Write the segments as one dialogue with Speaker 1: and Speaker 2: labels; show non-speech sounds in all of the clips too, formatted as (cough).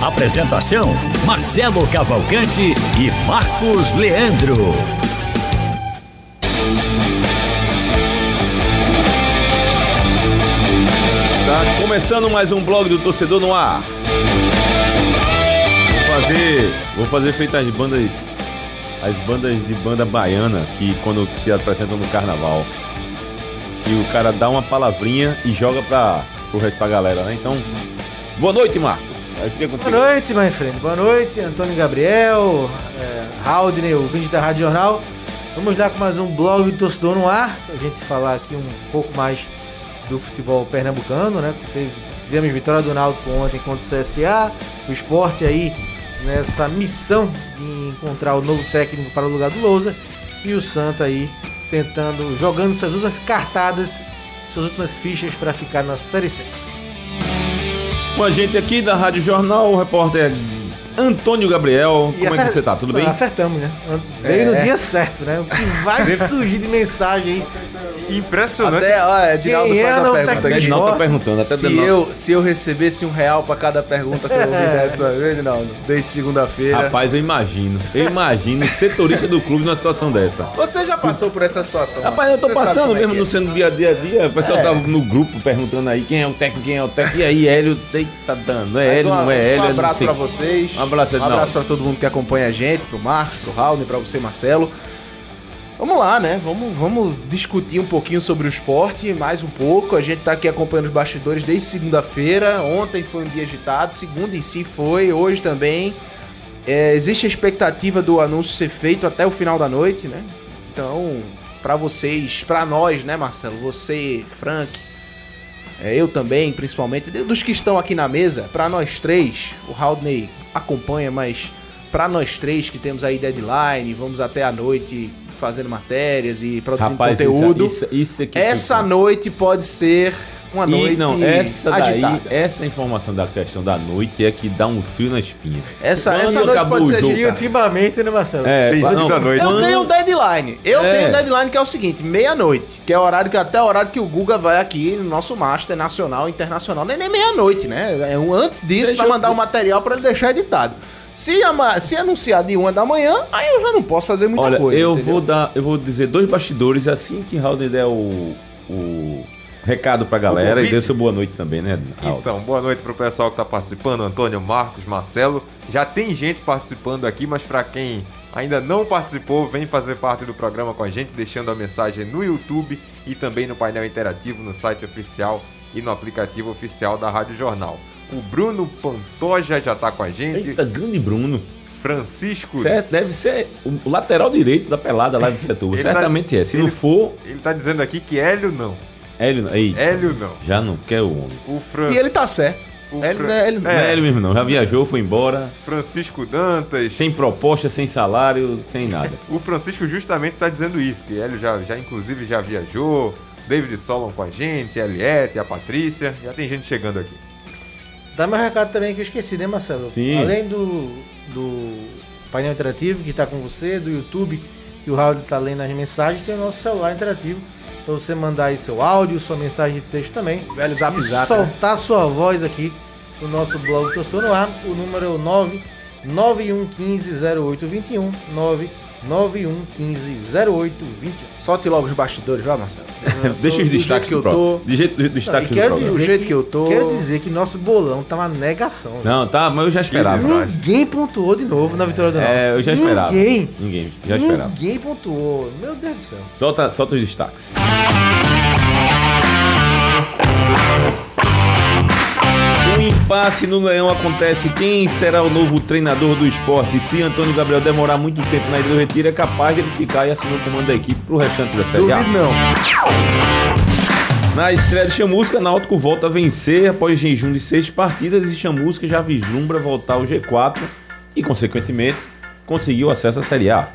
Speaker 1: Apresentação: Marcelo Cavalcante e Marcos Leandro.
Speaker 2: Tá começando mais um blog do torcedor no ar. Vou fazer, vou fazer feito as bandas, as bandas de banda baiana que quando se apresentam no carnaval, que o cara dá uma palavrinha e joga para o resto da galera, né? Então, boa noite, Marcos. Aí fica contigo.
Speaker 3: Boa noite, my friend. Boa noite, Antônio Gabriel, é, Haldner, ouvinte da Rádio Jornal. Vamos lá com mais um blog do Torcedor no Ar, pra gente falar aqui um pouco mais do futebol pernambucano, né? Teve- Tivemos vitória do Náutico ontem contra o CSA, o esporte aí nessa missão de encontrar o novo técnico para o lugar do Lousa e o Santa aí tentando, jogando suas últimas cartadas, suas últimas fichas para ficar na Série C.
Speaker 2: Com a gente aqui da Rádio Jornal, o repórter Antônio Gabriel.
Speaker 3: E
Speaker 2: Como é que
Speaker 3: acer-
Speaker 2: você tá? Tudo bem? É.
Speaker 3: Acertamos, né? Veio no dia certo, né? O que
Speaker 2: (laughs)
Speaker 3: vai surgir de mensagem aí?
Speaker 2: né?
Speaker 4: Impressionante.
Speaker 5: Até, olha, Dinaldo
Speaker 3: Quem é
Speaker 5: faz
Speaker 3: não
Speaker 5: uma
Speaker 3: tá
Speaker 5: pergunta
Speaker 3: aqui?
Speaker 5: aqui.
Speaker 2: Edinaldo tá perguntando, até
Speaker 5: se
Speaker 2: Edinaldo.
Speaker 5: eu, se eu recebesse um real pra cada pergunta que eu ouvi dessa vez, Dinaldo, desde segunda-feira.
Speaker 2: Rapaz, eu imagino. Eu imagino ser torista do clube numa situação dessa.
Speaker 5: Você já passou por essa situação?
Speaker 2: Rapaz, eu tô
Speaker 5: Você sabe
Speaker 2: passando
Speaker 5: como é
Speaker 2: mesmo
Speaker 5: que
Speaker 2: no sendo dia a dia a dia. O pessoal
Speaker 5: É.
Speaker 2: tava no grupo perguntando aí quem é o técnico, quem é o técnico. E aí, Hélio, tá dando. É
Speaker 5: Mas
Speaker 2: Hélio,
Speaker 5: um-
Speaker 2: não é Hélio,
Speaker 5: Um
Speaker 2: é não
Speaker 5: abraço
Speaker 2: sei.
Speaker 5: pra vocês.
Speaker 2: Um abraço,
Speaker 5: Um
Speaker 2: Edinaldo.
Speaker 5: abraço pra todo mundo que acompanha a gente, pro Marcos, pro Raul, pra você, Marcelo. Vamos lá, né? Vamos, vamos discutir um pouquinho sobre o esporte, mais um pouco. A gente tá aqui acompanhando os bastidores desde segunda-feira. Ontem foi um dia agitado, segunda em si foi, hoje também. É, existe a expectativa do anúncio ser feito até o final da noite, né? Então, pra vocês, pra nós, né, Marcelo? Você, Frank, é, eu também, principalmente. Dos que estão aqui na mesa, pra nós três, o Haldney acompanha, mas pra nós três que temos aí deadline, vamos até a noite fazendo matérias e produzindo
Speaker 2: Rapaz,
Speaker 5: conteúdo.
Speaker 2: isso, isso, isso é aqui.
Speaker 5: essa noite pode ser uma noite
Speaker 2: E, não, essa daí,
Speaker 5: agitada.
Speaker 2: essa informação da questão da noite é que dá um frio na espinha.
Speaker 5: Essa,
Speaker 2: Quando
Speaker 5: essa noite
Speaker 2: acabou
Speaker 5: pode
Speaker 2: o
Speaker 5: ser
Speaker 2: jogo,
Speaker 3: E
Speaker 5: agitada.
Speaker 3: ultimamente, né, Marcelo?
Speaker 2: É,
Speaker 4: Isso,
Speaker 2: não,
Speaker 4: da noite.
Speaker 5: Eu
Speaker 2: quando-
Speaker 5: tenho um deadline. Eu
Speaker 2: É.
Speaker 5: tenho um deadline que é o seguinte, meia-noite, que é o horário que até o horário que o Guga vai aqui no nosso master nacional, internacional, nem nem meia-noite, né? É um antes disso
Speaker 2: Deixa
Speaker 5: pra
Speaker 2: eu-
Speaker 5: mandar o material pra ele deixar editado. Se, ama- se anunciar de uma da manhã, aí eu já não posso fazer é muita
Speaker 2: Olha,
Speaker 5: coisa.
Speaker 2: eu
Speaker 5: entendeu?
Speaker 2: vou dar, eu vou dizer dois bastidores assim que Raul der o, o recado pra galera e
Speaker 4: convite.
Speaker 2: dê seu boa noite também, né, Raul?
Speaker 4: Então, boa noite pro pessoal que tá participando, Antônio, Marcos, Marcelo. Já tem gente participando aqui, mas pra quem ainda não participou, vem fazer parte do programa com a gente, deixando a mensagem no YouTube e também no painel interativo, no site oficial e no aplicativo oficial da Rádio Jornal. O Bruno Pantoja já tá com a gente,
Speaker 2: Eita, grande Bruno.
Speaker 4: Francisco
Speaker 2: Certo, deve ser o lateral direito da pelada lá de Setúbal.
Speaker 4: Ele tá-
Speaker 2: Certamente é. Se
Speaker 4: ele-
Speaker 2: não for,
Speaker 4: Ele tá dizendo aqui que Hélio não.
Speaker 2: Hélio. Aí,
Speaker 4: Hélio não.
Speaker 2: já não quer o homem.
Speaker 4: O Fran...
Speaker 5: E ele tá certo.
Speaker 4: o
Speaker 5: Ele,
Speaker 4: Fran- É,
Speaker 5: né, ele-
Speaker 2: Não é Hélio mesmo, não. Já viajou, foi embora,
Speaker 4: Francisco Dantas.
Speaker 2: sem proposta, sem salário, sem nada.
Speaker 4: O Francisco justamente tá dizendo isso, que Hélio já, já inclusive já viajou. David Solon com a gente, a Eliette, a Patrícia. Já tem gente chegando aqui.
Speaker 3: Dá meu recado também que eu esqueci, né, Marcelo?
Speaker 2: Sim.
Speaker 3: Além do, do painel interativo que tá com você, do YouTube, que o Raul tá lendo as mensagens, tem o nosso celular interativo pra você mandar aí seu áudio, sua mensagem de texto também.
Speaker 5: Velho zap
Speaker 3: e
Speaker 5: zap. né?
Speaker 3: soltar sua voz aqui no nosso blog Torcedor no Ar. O número é o 991150821. 991150821.
Speaker 5: Solte logo os bastidores, vai, Marcelo.
Speaker 2: Deixa os
Speaker 5: do jeito
Speaker 2: destaques
Speaker 5: que eu
Speaker 2: do programa.
Speaker 5: tô.
Speaker 2: De jeito dos destaques do
Speaker 3: e quero
Speaker 2: programa.
Speaker 5: Do
Speaker 3: dizer
Speaker 5: jeito
Speaker 3: que-
Speaker 5: que eu tô.
Speaker 3: Quero dizer que nosso bolão tá uma negação. né?
Speaker 2: Não, tá, mas eu já esperava.
Speaker 4: desastre.
Speaker 3: Ninguém pontuou de novo na vitória do Náutico.
Speaker 2: É, eu já esperava.
Speaker 3: Ninguém.
Speaker 2: Ninguém, já esperava.
Speaker 3: Ninguém pontuou. Meu Deus do céu.
Speaker 2: Solta, solta os destaques. Um impasse no Leão acontece. Quem será o novo treinador do esporte? Se Antônio Gabriel demorar muito tempo na Ilha do Retiro, é capaz de ele ficar e assumir o comando da equipe pro restante da Série A.
Speaker 5: Duvido não.
Speaker 2: Na estreia de Chamusca, Náutico volta a vencer após jejum de seis partidas e Chamusca já vislumbra voltar ao G4 e, consequentemente, conseguiu acesso à Série A.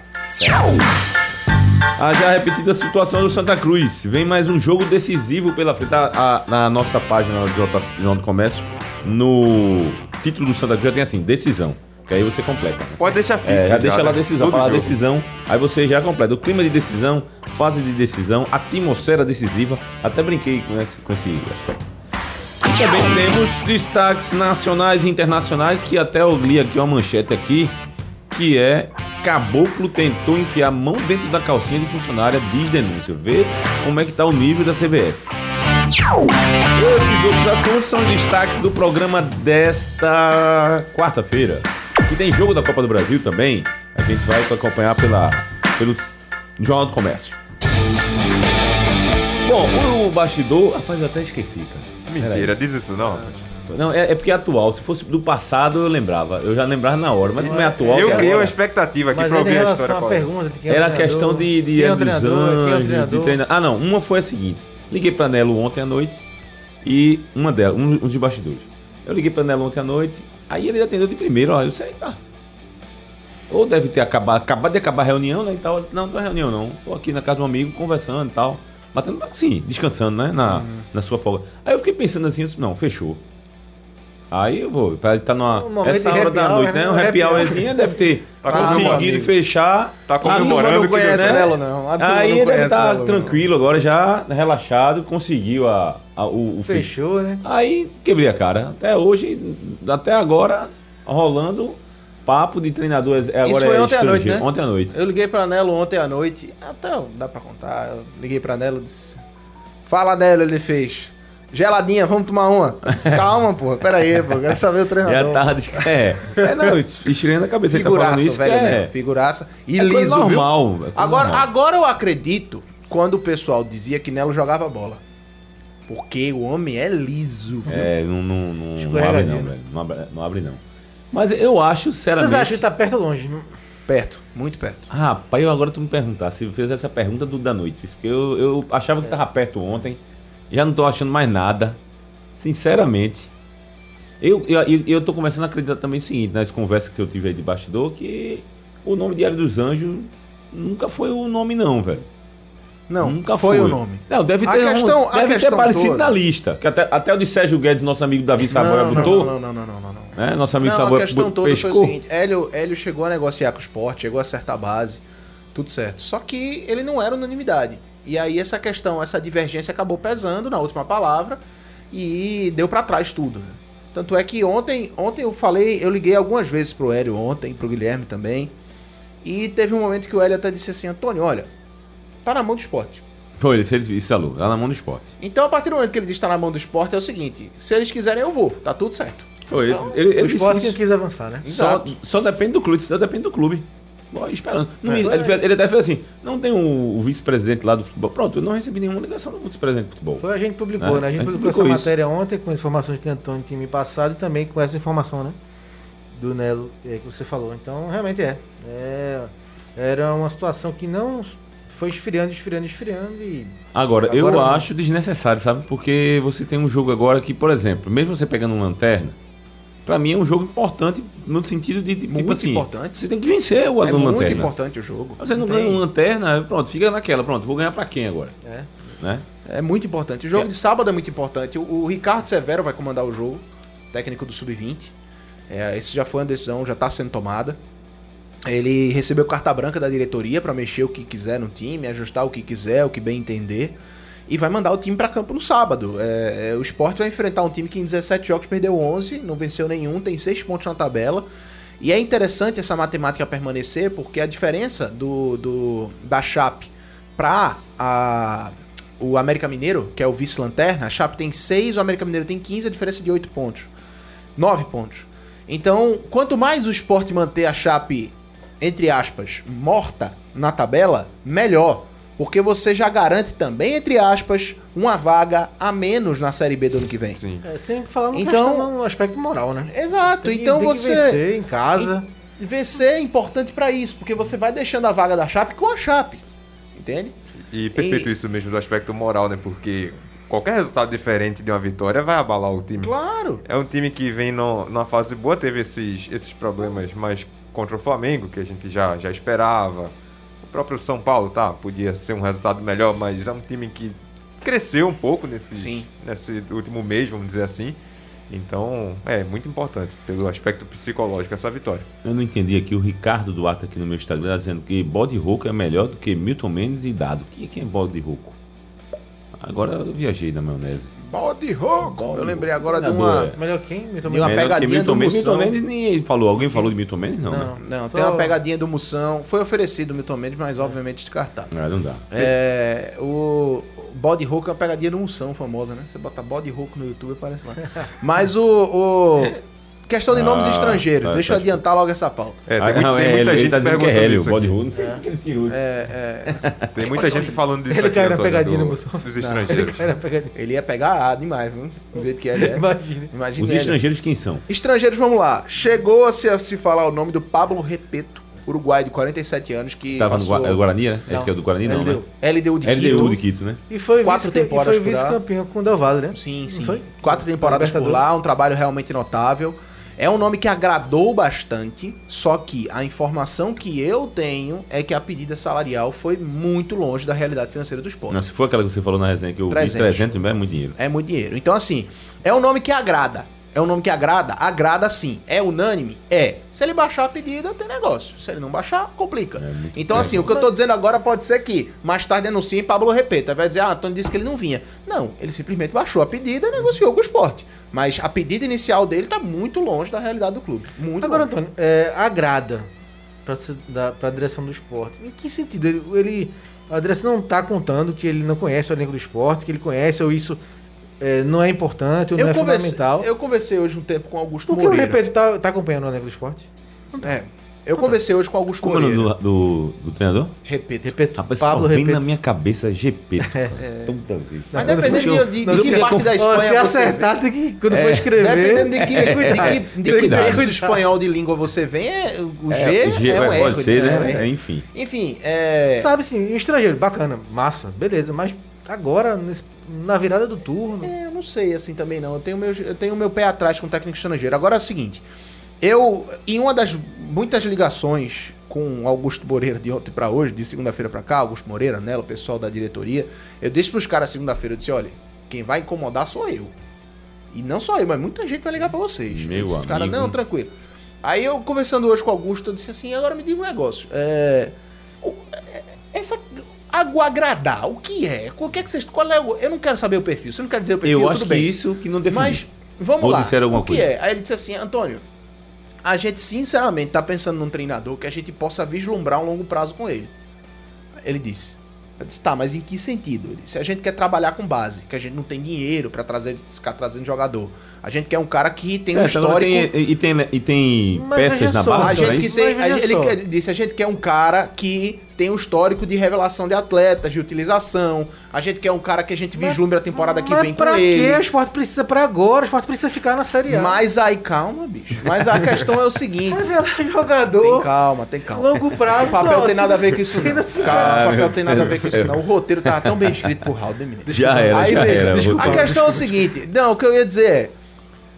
Speaker 2: A já repetida situação do Santa Cruz. Vem mais um jogo decisivo pela frente a- a- na nossa página do Jornal- Jornal do Comércio. No título do Santa Cruz já tem assim, decisão. Que aí você completa. né?
Speaker 4: Pode deixar fixo.
Speaker 2: É, já deixa lá a
Speaker 4: né?
Speaker 2: decisão,
Speaker 4: Todo
Speaker 2: fala a
Speaker 4: jogo.
Speaker 2: decisão, aí você já completa. O clima de decisão, fase de decisão, atmosfera decisiva, até brinquei com esse, com esse aspecto. E Também temos destaques nacionais e internacionais, que até eu li aqui uma manchete aqui, que é Caboclo tentou enfiar a mão dentro da calcinha de funcionária, diz denúncia. Vê como é que tá o nível da CBF. Esses outros assuntos são destaques do programa desta quarta-feira. E tem jogo da Copa do Brasil também. A gente vai acompanhar pela, pelo Jornal do Comércio. Bom, o bastidor. Rapaz, eu até esqueci, cara.
Speaker 4: Mentira, diz isso não, rapaz.
Speaker 2: Não, é, é porque é atual. Se fosse do passado, eu lembrava. Eu já lembrava na hora, mas não é atual. que
Speaker 4: Eu
Speaker 2: é
Speaker 4: criei uma
Speaker 2: agora.
Speaker 4: expectativa aqui
Speaker 3: Mas
Speaker 4: pra
Speaker 3: é em
Speaker 4: ouvir a história.
Speaker 3: relação à
Speaker 4: Paulo.
Speaker 3: pergunta de quem é o
Speaker 2: Era
Speaker 3: treinador,
Speaker 2: questão de, de
Speaker 3: quem é o
Speaker 2: dos
Speaker 3: treinador, quem é o
Speaker 2: anjos, de
Speaker 3: treinador.
Speaker 2: treinar. Ah, não. Uma foi a seguinte. Liguei pra Nelo ontem à noite e uma delas, um, um de bastidores. Eu liguei pra Nelo ontem à noite, aí ele atendeu de primeiro, ó. Eu sei, tá. Ou deve ter acabado, acabado de acabar a reunião, né? E tal. Não, não é reunião, não. Tô aqui na casa de um amigo conversando e tal. Batendo papo, sim, descansando, né?
Speaker 3: Uhum.
Speaker 2: Na, na sua folga. Aí eu fiquei pensando assim, eu disse, não, fechou. Aí eu vou, pra ele tá numa.
Speaker 3: Um momento
Speaker 2: essa
Speaker 3: de
Speaker 2: hora
Speaker 3: happy
Speaker 2: da
Speaker 3: hour,
Speaker 2: noite,
Speaker 3: né?
Speaker 2: né? Um
Speaker 3: Um
Speaker 2: happy
Speaker 3: happy hour.
Speaker 2: hourzinho deve ter
Speaker 4: Tá
Speaker 5: com meu
Speaker 2: conseguido
Speaker 5: amigo.
Speaker 2: fechar.
Speaker 4: Tá
Speaker 2: A turma
Speaker 4: comemorando
Speaker 5: Ah, não um
Speaker 4: que deu
Speaker 5: conhece
Speaker 4: certo.
Speaker 5: Nelo, não. A turma
Speaker 2: Aí ele
Speaker 5: não
Speaker 2: deve
Speaker 5: conhece
Speaker 2: estar
Speaker 5: Nelo, não.
Speaker 2: tranquilo agora, já relaxado, conseguiu a, a- o, o fecho.
Speaker 3: Fechou, né?
Speaker 2: Aí quebrei a cara. Até hoje, até agora, rolando papo de treinador. é- Agora
Speaker 5: Isso foi
Speaker 2: é
Speaker 5: ontem à noite,
Speaker 2: estrangeiro.
Speaker 5: né?
Speaker 2: Ontem à noite.
Speaker 5: Eu liguei pra Nelo ontem à noite. Até dá pra contar. Eu liguei pra Nelo e disse: Fala, Nelo, ele fez. Geladinha, vamos tomar uma. Eu disse, Calma, porra. Pera aí, pô. Quero saber o
Speaker 2: Já
Speaker 5: treinador.
Speaker 2: tava de... (laughs) É, é não, estirando a cabeça. Ele tá falando
Speaker 5: Figuraça,
Speaker 2: isso,
Speaker 5: velho.
Speaker 2: que é...
Speaker 5: Nelo, Figuraça. E
Speaker 2: é coisa
Speaker 5: liso, viu?
Speaker 2: normal, é coisa
Speaker 5: Agora,
Speaker 2: normal.
Speaker 5: agora eu acredito quando o pessoal dizia que Nelo jogava bola. Porque o homem é liso, viu?
Speaker 2: É, não, não, não- não abre
Speaker 3: Escorregadinho.
Speaker 2: não, velho. Não abre, não abre não. Mas eu acho,
Speaker 3: Vocês
Speaker 2: sinceramente...
Speaker 3: acham que tá perto ou longe? Não-
Speaker 5: Perto, muito perto.
Speaker 2: Rapaz, eu agora tu me perguntar se fez essa pergunta do da noite, porque eu, eu achava que tava
Speaker 5: É.
Speaker 2: perto ontem, já não tô achando mais nada. Sinceramente. Eu, eu, eu- eu tô começando a acreditar também o seguinte, nas conversas que eu tive aí de bastidor, que o nome Diário dos Anjos nunca foi o nome, não, velho.
Speaker 5: Não,
Speaker 2: nunca
Speaker 5: foi, o nome.
Speaker 2: Não, deve
Speaker 5: A
Speaker 2: ter, um-
Speaker 5: questão- a
Speaker 2: deve ter
Speaker 5: questão
Speaker 2: aparecido
Speaker 5: toda.
Speaker 2: na lista. Que até, até o de Sérgio Guedes, nosso amigo Davi Saboia,
Speaker 5: Não, não,
Speaker 2: botou.
Speaker 5: não, não, não, não, não, não.
Speaker 2: Né? Nosso amigo
Speaker 5: Não, a
Speaker 2: Saboia
Speaker 5: questão
Speaker 2: bo-
Speaker 5: toda
Speaker 2: pescou.
Speaker 5: foi o seguinte: Hélio, Hélio chegou a negociar com o esporte, chegou a acertar a base, tudo certo. Só que ele não era unanimidade. E aí essa questão, essa divergência acabou pesando na última palavra e deu pra trás tudo. Tanto é que ontem, ontem eu falei, eu liguei algumas vezes pro Hélio ontem, pro Guilherme também. E teve um momento que o Hélio até disse assim: Antônio, olha, tá na mão do esporte.
Speaker 2: Foi, isso, ele- isso é louco, tá na mão do esporte.
Speaker 5: Então, a partir do momento que ele diz que tá na mão do esporte, é o seguinte: se eles quiserem, eu vou, tá tudo certo.
Speaker 2: Foi, ele-
Speaker 5: Então,
Speaker 2: ele-
Speaker 3: O
Speaker 2: ele
Speaker 3: esporte
Speaker 2: disse
Speaker 3: que quis avançar, né?
Speaker 2: Só,
Speaker 5: Exato.
Speaker 2: só depende do clube, só depende do clube. Ó, esperando. Não,
Speaker 3: É.
Speaker 2: ele, ele, fez- ele até fez assim: não tem o, o vice-presidente lá do futebol. Pronto, eu não recebi nenhuma ligação do vice-presidente de futebol.
Speaker 3: Foi a gente publicou,
Speaker 2: É,
Speaker 3: né? A gente
Speaker 2: a gente
Speaker 3: publicou essa
Speaker 2: publicou isso.
Speaker 3: matéria ontem com as informações que Antônio tinha me passado e também com essa informação, né? Do Nelo é, que você falou. Então, realmente é. É, Era uma situação que não foi esfriando, esfriando, esfriando e.
Speaker 2: Agora, eu
Speaker 3: Agora não.
Speaker 2: acho desnecessário, sabe? Porque você tem um jogo agora que, por exemplo, mesmo você pegando um lanterna, pra mim é um jogo importante no sentido de. de
Speaker 5: Muito
Speaker 2: tipo assim,
Speaker 5: importante.
Speaker 2: Você tem que vencer o
Speaker 5: é
Speaker 2: do
Speaker 5: muito
Speaker 2: lanterna.
Speaker 5: importante o jogo.
Speaker 2: Você né? não
Speaker 5: tem-
Speaker 2: ganha um lanterna, pronto, fica naquela, pronto, vou ganhar pra quem agora?
Speaker 3: É.
Speaker 2: Né?
Speaker 5: É muito importante. O jogo
Speaker 2: É.
Speaker 5: de sábado é muito importante. O, o Ricardo Severo vai comandar o jogo, técnico do Sub-20. É, isso já foi uma decisão, já está sendo tomada. Ele recebeu carta branca da diretoria para mexer o que quiser no time, ajustar o que quiser, o que bem entender. E vai mandar o time para campo no sábado. É, é, o Sport vai enfrentar um time que em 17 jogos perdeu 11, não venceu nenhum, tem 6 pontos na tabela. E é interessante essa matemática permanecer, porque a diferença do, do da Chape para a o América Mineiro, que é o vice-lanterna, a Chape tem 6, o América Mineiro tem 15, a diferença é de 8 pontos. 9 pontos. Então, quanto mais o esporte manter a Chape, entre aspas, morta na tabela, melhor. Porque você já garante também, entre aspas, uma vaga a menos na Série B do ano que vem.
Speaker 4: Sim.
Speaker 3: É, sem falar no
Speaker 5: Então-
Speaker 3: questão, no aspecto moral, né?
Speaker 5: Exato,
Speaker 3: Tem que-
Speaker 5: então
Speaker 3: tem que
Speaker 5: você.
Speaker 3: vencer em casa.
Speaker 5: Vencer é importante pra isso, porque você vai deixando a vaga da Chape com a Chape. Entende?
Speaker 4: E perfeito isso mesmo do aspecto moral, né? Porque Qualquer resultado diferente de uma vitória vai abalar o time.
Speaker 5: Claro.
Speaker 4: É um time que vem no, numa fase boa, teve esses, esses problemas mais contra o Flamengo, que a gente já, já esperava. O próprio São Paulo, tá? Podia ser um resultado melhor, mas é um time que cresceu um pouco nesses,
Speaker 5: Sim.
Speaker 4: nesse último mês, vamos dizer assim. Então, é muito importante pelo aspecto psicológico essa vitória.
Speaker 2: Eu não entendi aqui, o Ricardo Duarte aqui no meu Instagram tá dizendo que bode rouco é melhor do que Milton Mendes e Dado. Quem, quem é bode rouco? Agora eu viajei na maionese.
Speaker 5: Bode rouco.
Speaker 2: Bode
Speaker 5: Eu lembrei
Speaker 2: rouco.
Speaker 5: agora de
Speaker 2: Treinador,
Speaker 5: uma.
Speaker 2: é.
Speaker 3: Melhor quem? Me
Speaker 5: E uma
Speaker 2: Melhor do que
Speaker 5: pegadinha
Speaker 2: Milton
Speaker 5: do
Speaker 2: Mendes. Milton
Speaker 5: Moção.
Speaker 2: Mendes nem ele falou. Alguém falou de Milton Mendes? Não, né?
Speaker 5: Não,
Speaker 3: Só-
Speaker 5: tem uma pegadinha do Moção. Foi oferecido o Milton Mendes, mas obviamente descartado.
Speaker 2: Ah, não dá.
Speaker 5: É, o o bode rouco é uma pegadinha do Moção famosa, né? Você bota bode rouco no YouTube e aparece lá. Mas o. o- Questão de nomes
Speaker 2: Ah,
Speaker 5: estrangeiros.
Speaker 2: tá,
Speaker 5: Deixa eu
Speaker 2: tá.
Speaker 5: adiantar logo essa pauta.
Speaker 4: É,
Speaker 2: Ah,
Speaker 4: tem, muito-
Speaker 2: não,
Speaker 4: tem
Speaker 2: é,
Speaker 4: muita
Speaker 2: ele-
Speaker 4: gente
Speaker 2: ele tá dizendo que é
Speaker 4: perguntando
Speaker 2: Hélio,
Speaker 4: isso
Speaker 2: bode
Speaker 4: aqui.
Speaker 2: rouco. Não sei por que ele tirou isso.
Speaker 5: É, é,
Speaker 4: Tem muita gente falando disso
Speaker 3: Ele
Speaker 4: aqui,
Speaker 3: caiu na
Speaker 4: Antônio,
Speaker 3: pegadinha,
Speaker 4: do-
Speaker 3: moção.
Speaker 4: dos estrangeiros.
Speaker 3: Cara, pegadinha.
Speaker 5: ele ia pegar A demais, viu? Do jeito que ele é.
Speaker 3: (laughs) Imagina.
Speaker 5: Imagina
Speaker 2: Os
Speaker 5: ele.
Speaker 2: estrangeiros quem são?
Speaker 5: Estrangeiros, vamos lá. Chegou a se, a se falar o nome do Pablo Repeto, uruguaio de 47 anos, que
Speaker 2: Tava no
Speaker 5: passou
Speaker 2: Gua- é o Guarani, né? Esse
Speaker 3: Não.
Speaker 2: que é do Guarani, não, né?
Speaker 3: LDU.
Speaker 5: LDU de Quito.
Speaker 2: LDU de Quito, né?
Speaker 3: E foi
Speaker 5: Quatro
Speaker 3: vice- e
Speaker 5: temporadas
Speaker 3: foi
Speaker 5: por lá.
Speaker 3: vice-campeão com o Del Valle, né?
Speaker 5: Sim,
Speaker 3: Não
Speaker 5: sim.
Speaker 3: foi?
Speaker 5: Quatro temporadas por lá, um trabalho realmente notável. É um nome que agradou bastante, só que a informação que eu tenho é que a pedida salarial foi muito longe da realidade financeira do esporte.
Speaker 2: Não, se for aquela que você falou na resenha que eu
Speaker 5: 300.
Speaker 2: vi 300, é muito dinheiro.
Speaker 5: É muito dinheiro. Então, assim, é um nome que agrada. É um nome que agrada? Agrada sim. É unânime? É. Se ele baixar a pedida, tem negócio. Se ele não baixar, complica.
Speaker 2: É muito
Speaker 5: então,
Speaker 2: tempo.
Speaker 5: assim, o que eu tô dizendo agora pode ser que mais tarde anuncie e Pablo repeta. Vai dizer, ah, Antônio disse que ele não vinha. Não, ele simplesmente baixou a pedida e negociou com o esporte. Mas a pedida inicial dele tá muito longe da realidade do clube. Muito
Speaker 3: Agora,
Speaker 5: longe.
Speaker 3: Antônio, é, agrada pra, se- da- pra direção do esporte. Em que sentido? Ele, ele- a direção não tá contando que ele não conhece o elenco do esporte, que ele conhece, ou isso é, não é importante, ou não
Speaker 5: Eu
Speaker 3: é
Speaker 5: conversei,
Speaker 3: fundamental.
Speaker 5: eu conversei hoje um tempo com Augusto
Speaker 3: Por que o
Speaker 5: Moreira.
Speaker 3: Repeto tá, tá acompanhando o elenco do esporte?
Speaker 5: É, eu
Speaker 3: Então tá.
Speaker 5: conversei hoje com Augusto
Speaker 2: Como é o nome
Speaker 5: Moreira.
Speaker 2: do, do, do treinador?
Speaker 5: Repeto.
Speaker 3: Repeto,
Speaker 2: Rapaz,
Speaker 3: Pablo
Speaker 2: só vem
Speaker 3: Repeto.
Speaker 2: na minha cabeça
Speaker 5: (laughs)
Speaker 2: GP.
Speaker 5: É.
Speaker 2: Tanta vez.
Speaker 5: Mas
Speaker 3: Não, quando
Speaker 5: dependendo
Speaker 3: for-
Speaker 5: de- de
Speaker 3: não,
Speaker 5: que
Speaker 3: queria
Speaker 5: parte
Speaker 3: conf-
Speaker 5: da
Speaker 3: Ó,
Speaker 5: Espanha
Speaker 3: Se
Speaker 5: você
Speaker 3: acertar, tem que, quando
Speaker 2: É.
Speaker 3: for escrever... É.
Speaker 5: Dependendo de
Speaker 3: (laughs)
Speaker 5: que, de que, de que
Speaker 2: Cuidado.
Speaker 5: berço
Speaker 3: Cuidado.
Speaker 5: espanhol de língua você vem, é, o G é, um
Speaker 2: vai-
Speaker 5: recorde,
Speaker 2: pode ser,
Speaker 5: né?
Speaker 2: né?
Speaker 5: É.
Speaker 2: É, enfim.
Speaker 5: Enfim, é,
Speaker 3: Sabe sim, estrangeiro, bacana, massa, beleza, mas agora, nesse- na virada do turno...
Speaker 5: é, eu não sei assim também não. Eu tenho meu, eu tenho meu pé atrás com o técnico estrangeiro. Agora é o seguinte, eu em uma das muitas ligações com Augusto Moreira de ontem pra hoje, de segunda-feira pra cá, Augusto Moreira, né, o pessoal da diretoria, eu disse pros caras segunda-feira, eu disse, olha, quem vai incomodar sou eu. E não só eu, mas muita gente vai ligar pra vocês.
Speaker 2: Meu
Speaker 5: Eu disse, Cara,
Speaker 2: amigo.
Speaker 5: não, tranquilo. Aí eu conversando hoje com o Augusto, eu disse assim, agora me diga um negócio. É, o- é- essa água agradar, o que é? O que é que vocês, qual é o, eu não quero saber o perfil. Você não quer dizer o perfil,
Speaker 2: Eu
Speaker 5: tudo
Speaker 2: acho que
Speaker 5: bem.
Speaker 2: isso que não define.
Speaker 5: Mas vamos
Speaker 2: Ou
Speaker 5: lá.
Speaker 2: disseram alguma
Speaker 5: o que
Speaker 2: coisa.
Speaker 5: é? Aí ele disse assim, Antônio, a gente sinceramente tá pensando num treinador que a gente possa vislumbrar um longo prazo com ele. Ele disse. Eu disse, tá, mas em que sentido? Ele disse, a gente quer trabalhar com base, que a gente não tem dinheiro pra trazer, ficar trazendo jogador. A gente quer um cara que tem um
Speaker 2: Certo, agora
Speaker 5: histórico.
Speaker 2: tem- e tem, e tem
Speaker 3: Mas
Speaker 2: peças
Speaker 3: veja
Speaker 2: na
Speaker 3: só,
Speaker 2: base
Speaker 5: A
Speaker 3: Mas
Speaker 2: pra
Speaker 5: gente que
Speaker 2: isso? é
Speaker 5: tem,
Speaker 3: Mas
Speaker 5: a
Speaker 3: veja
Speaker 5: gente- ele,
Speaker 3: só.
Speaker 5: quer- ele disse, a gente quer um cara que tem um histórico de revelação de atletas, de utilização. A gente quer um cara que a gente
Speaker 3: Mas-
Speaker 5: vislumbre a temporada que
Speaker 3: Mas
Speaker 5: vem com
Speaker 3: pra
Speaker 5: ele.
Speaker 3: que o esporte precisa pra agora? O esporte precisa ficar na Série A.
Speaker 5: Mas aí, calma, bicho. Mas a questão é o seguinte.
Speaker 3: Revelar
Speaker 5: (laughs) Tem
Speaker 3: jogador,
Speaker 5: calma, tem calma.
Speaker 3: longo prazo.
Speaker 5: O papel
Speaker 3: só,
Speaker 5: tem
Speaker 3: assim,
Speaker 5: nada a ver com isso não. Calma,
Speaker 2: Ah,
Speaker 5: o papel tem nada a ver com isso não. O roteiro tava tão bem escrito por Raul, menino?
Speaker 2: (laughs) Já era,
Speaker 5: Aí
Speaker 2: já
Speaker 5: veja,
Speaker 2: era.
Speaker 5: desculpa, a
Speaker 2: Rodrigo.
Speaker 5: questão é o seguinte, não, o que eu ia dizer é,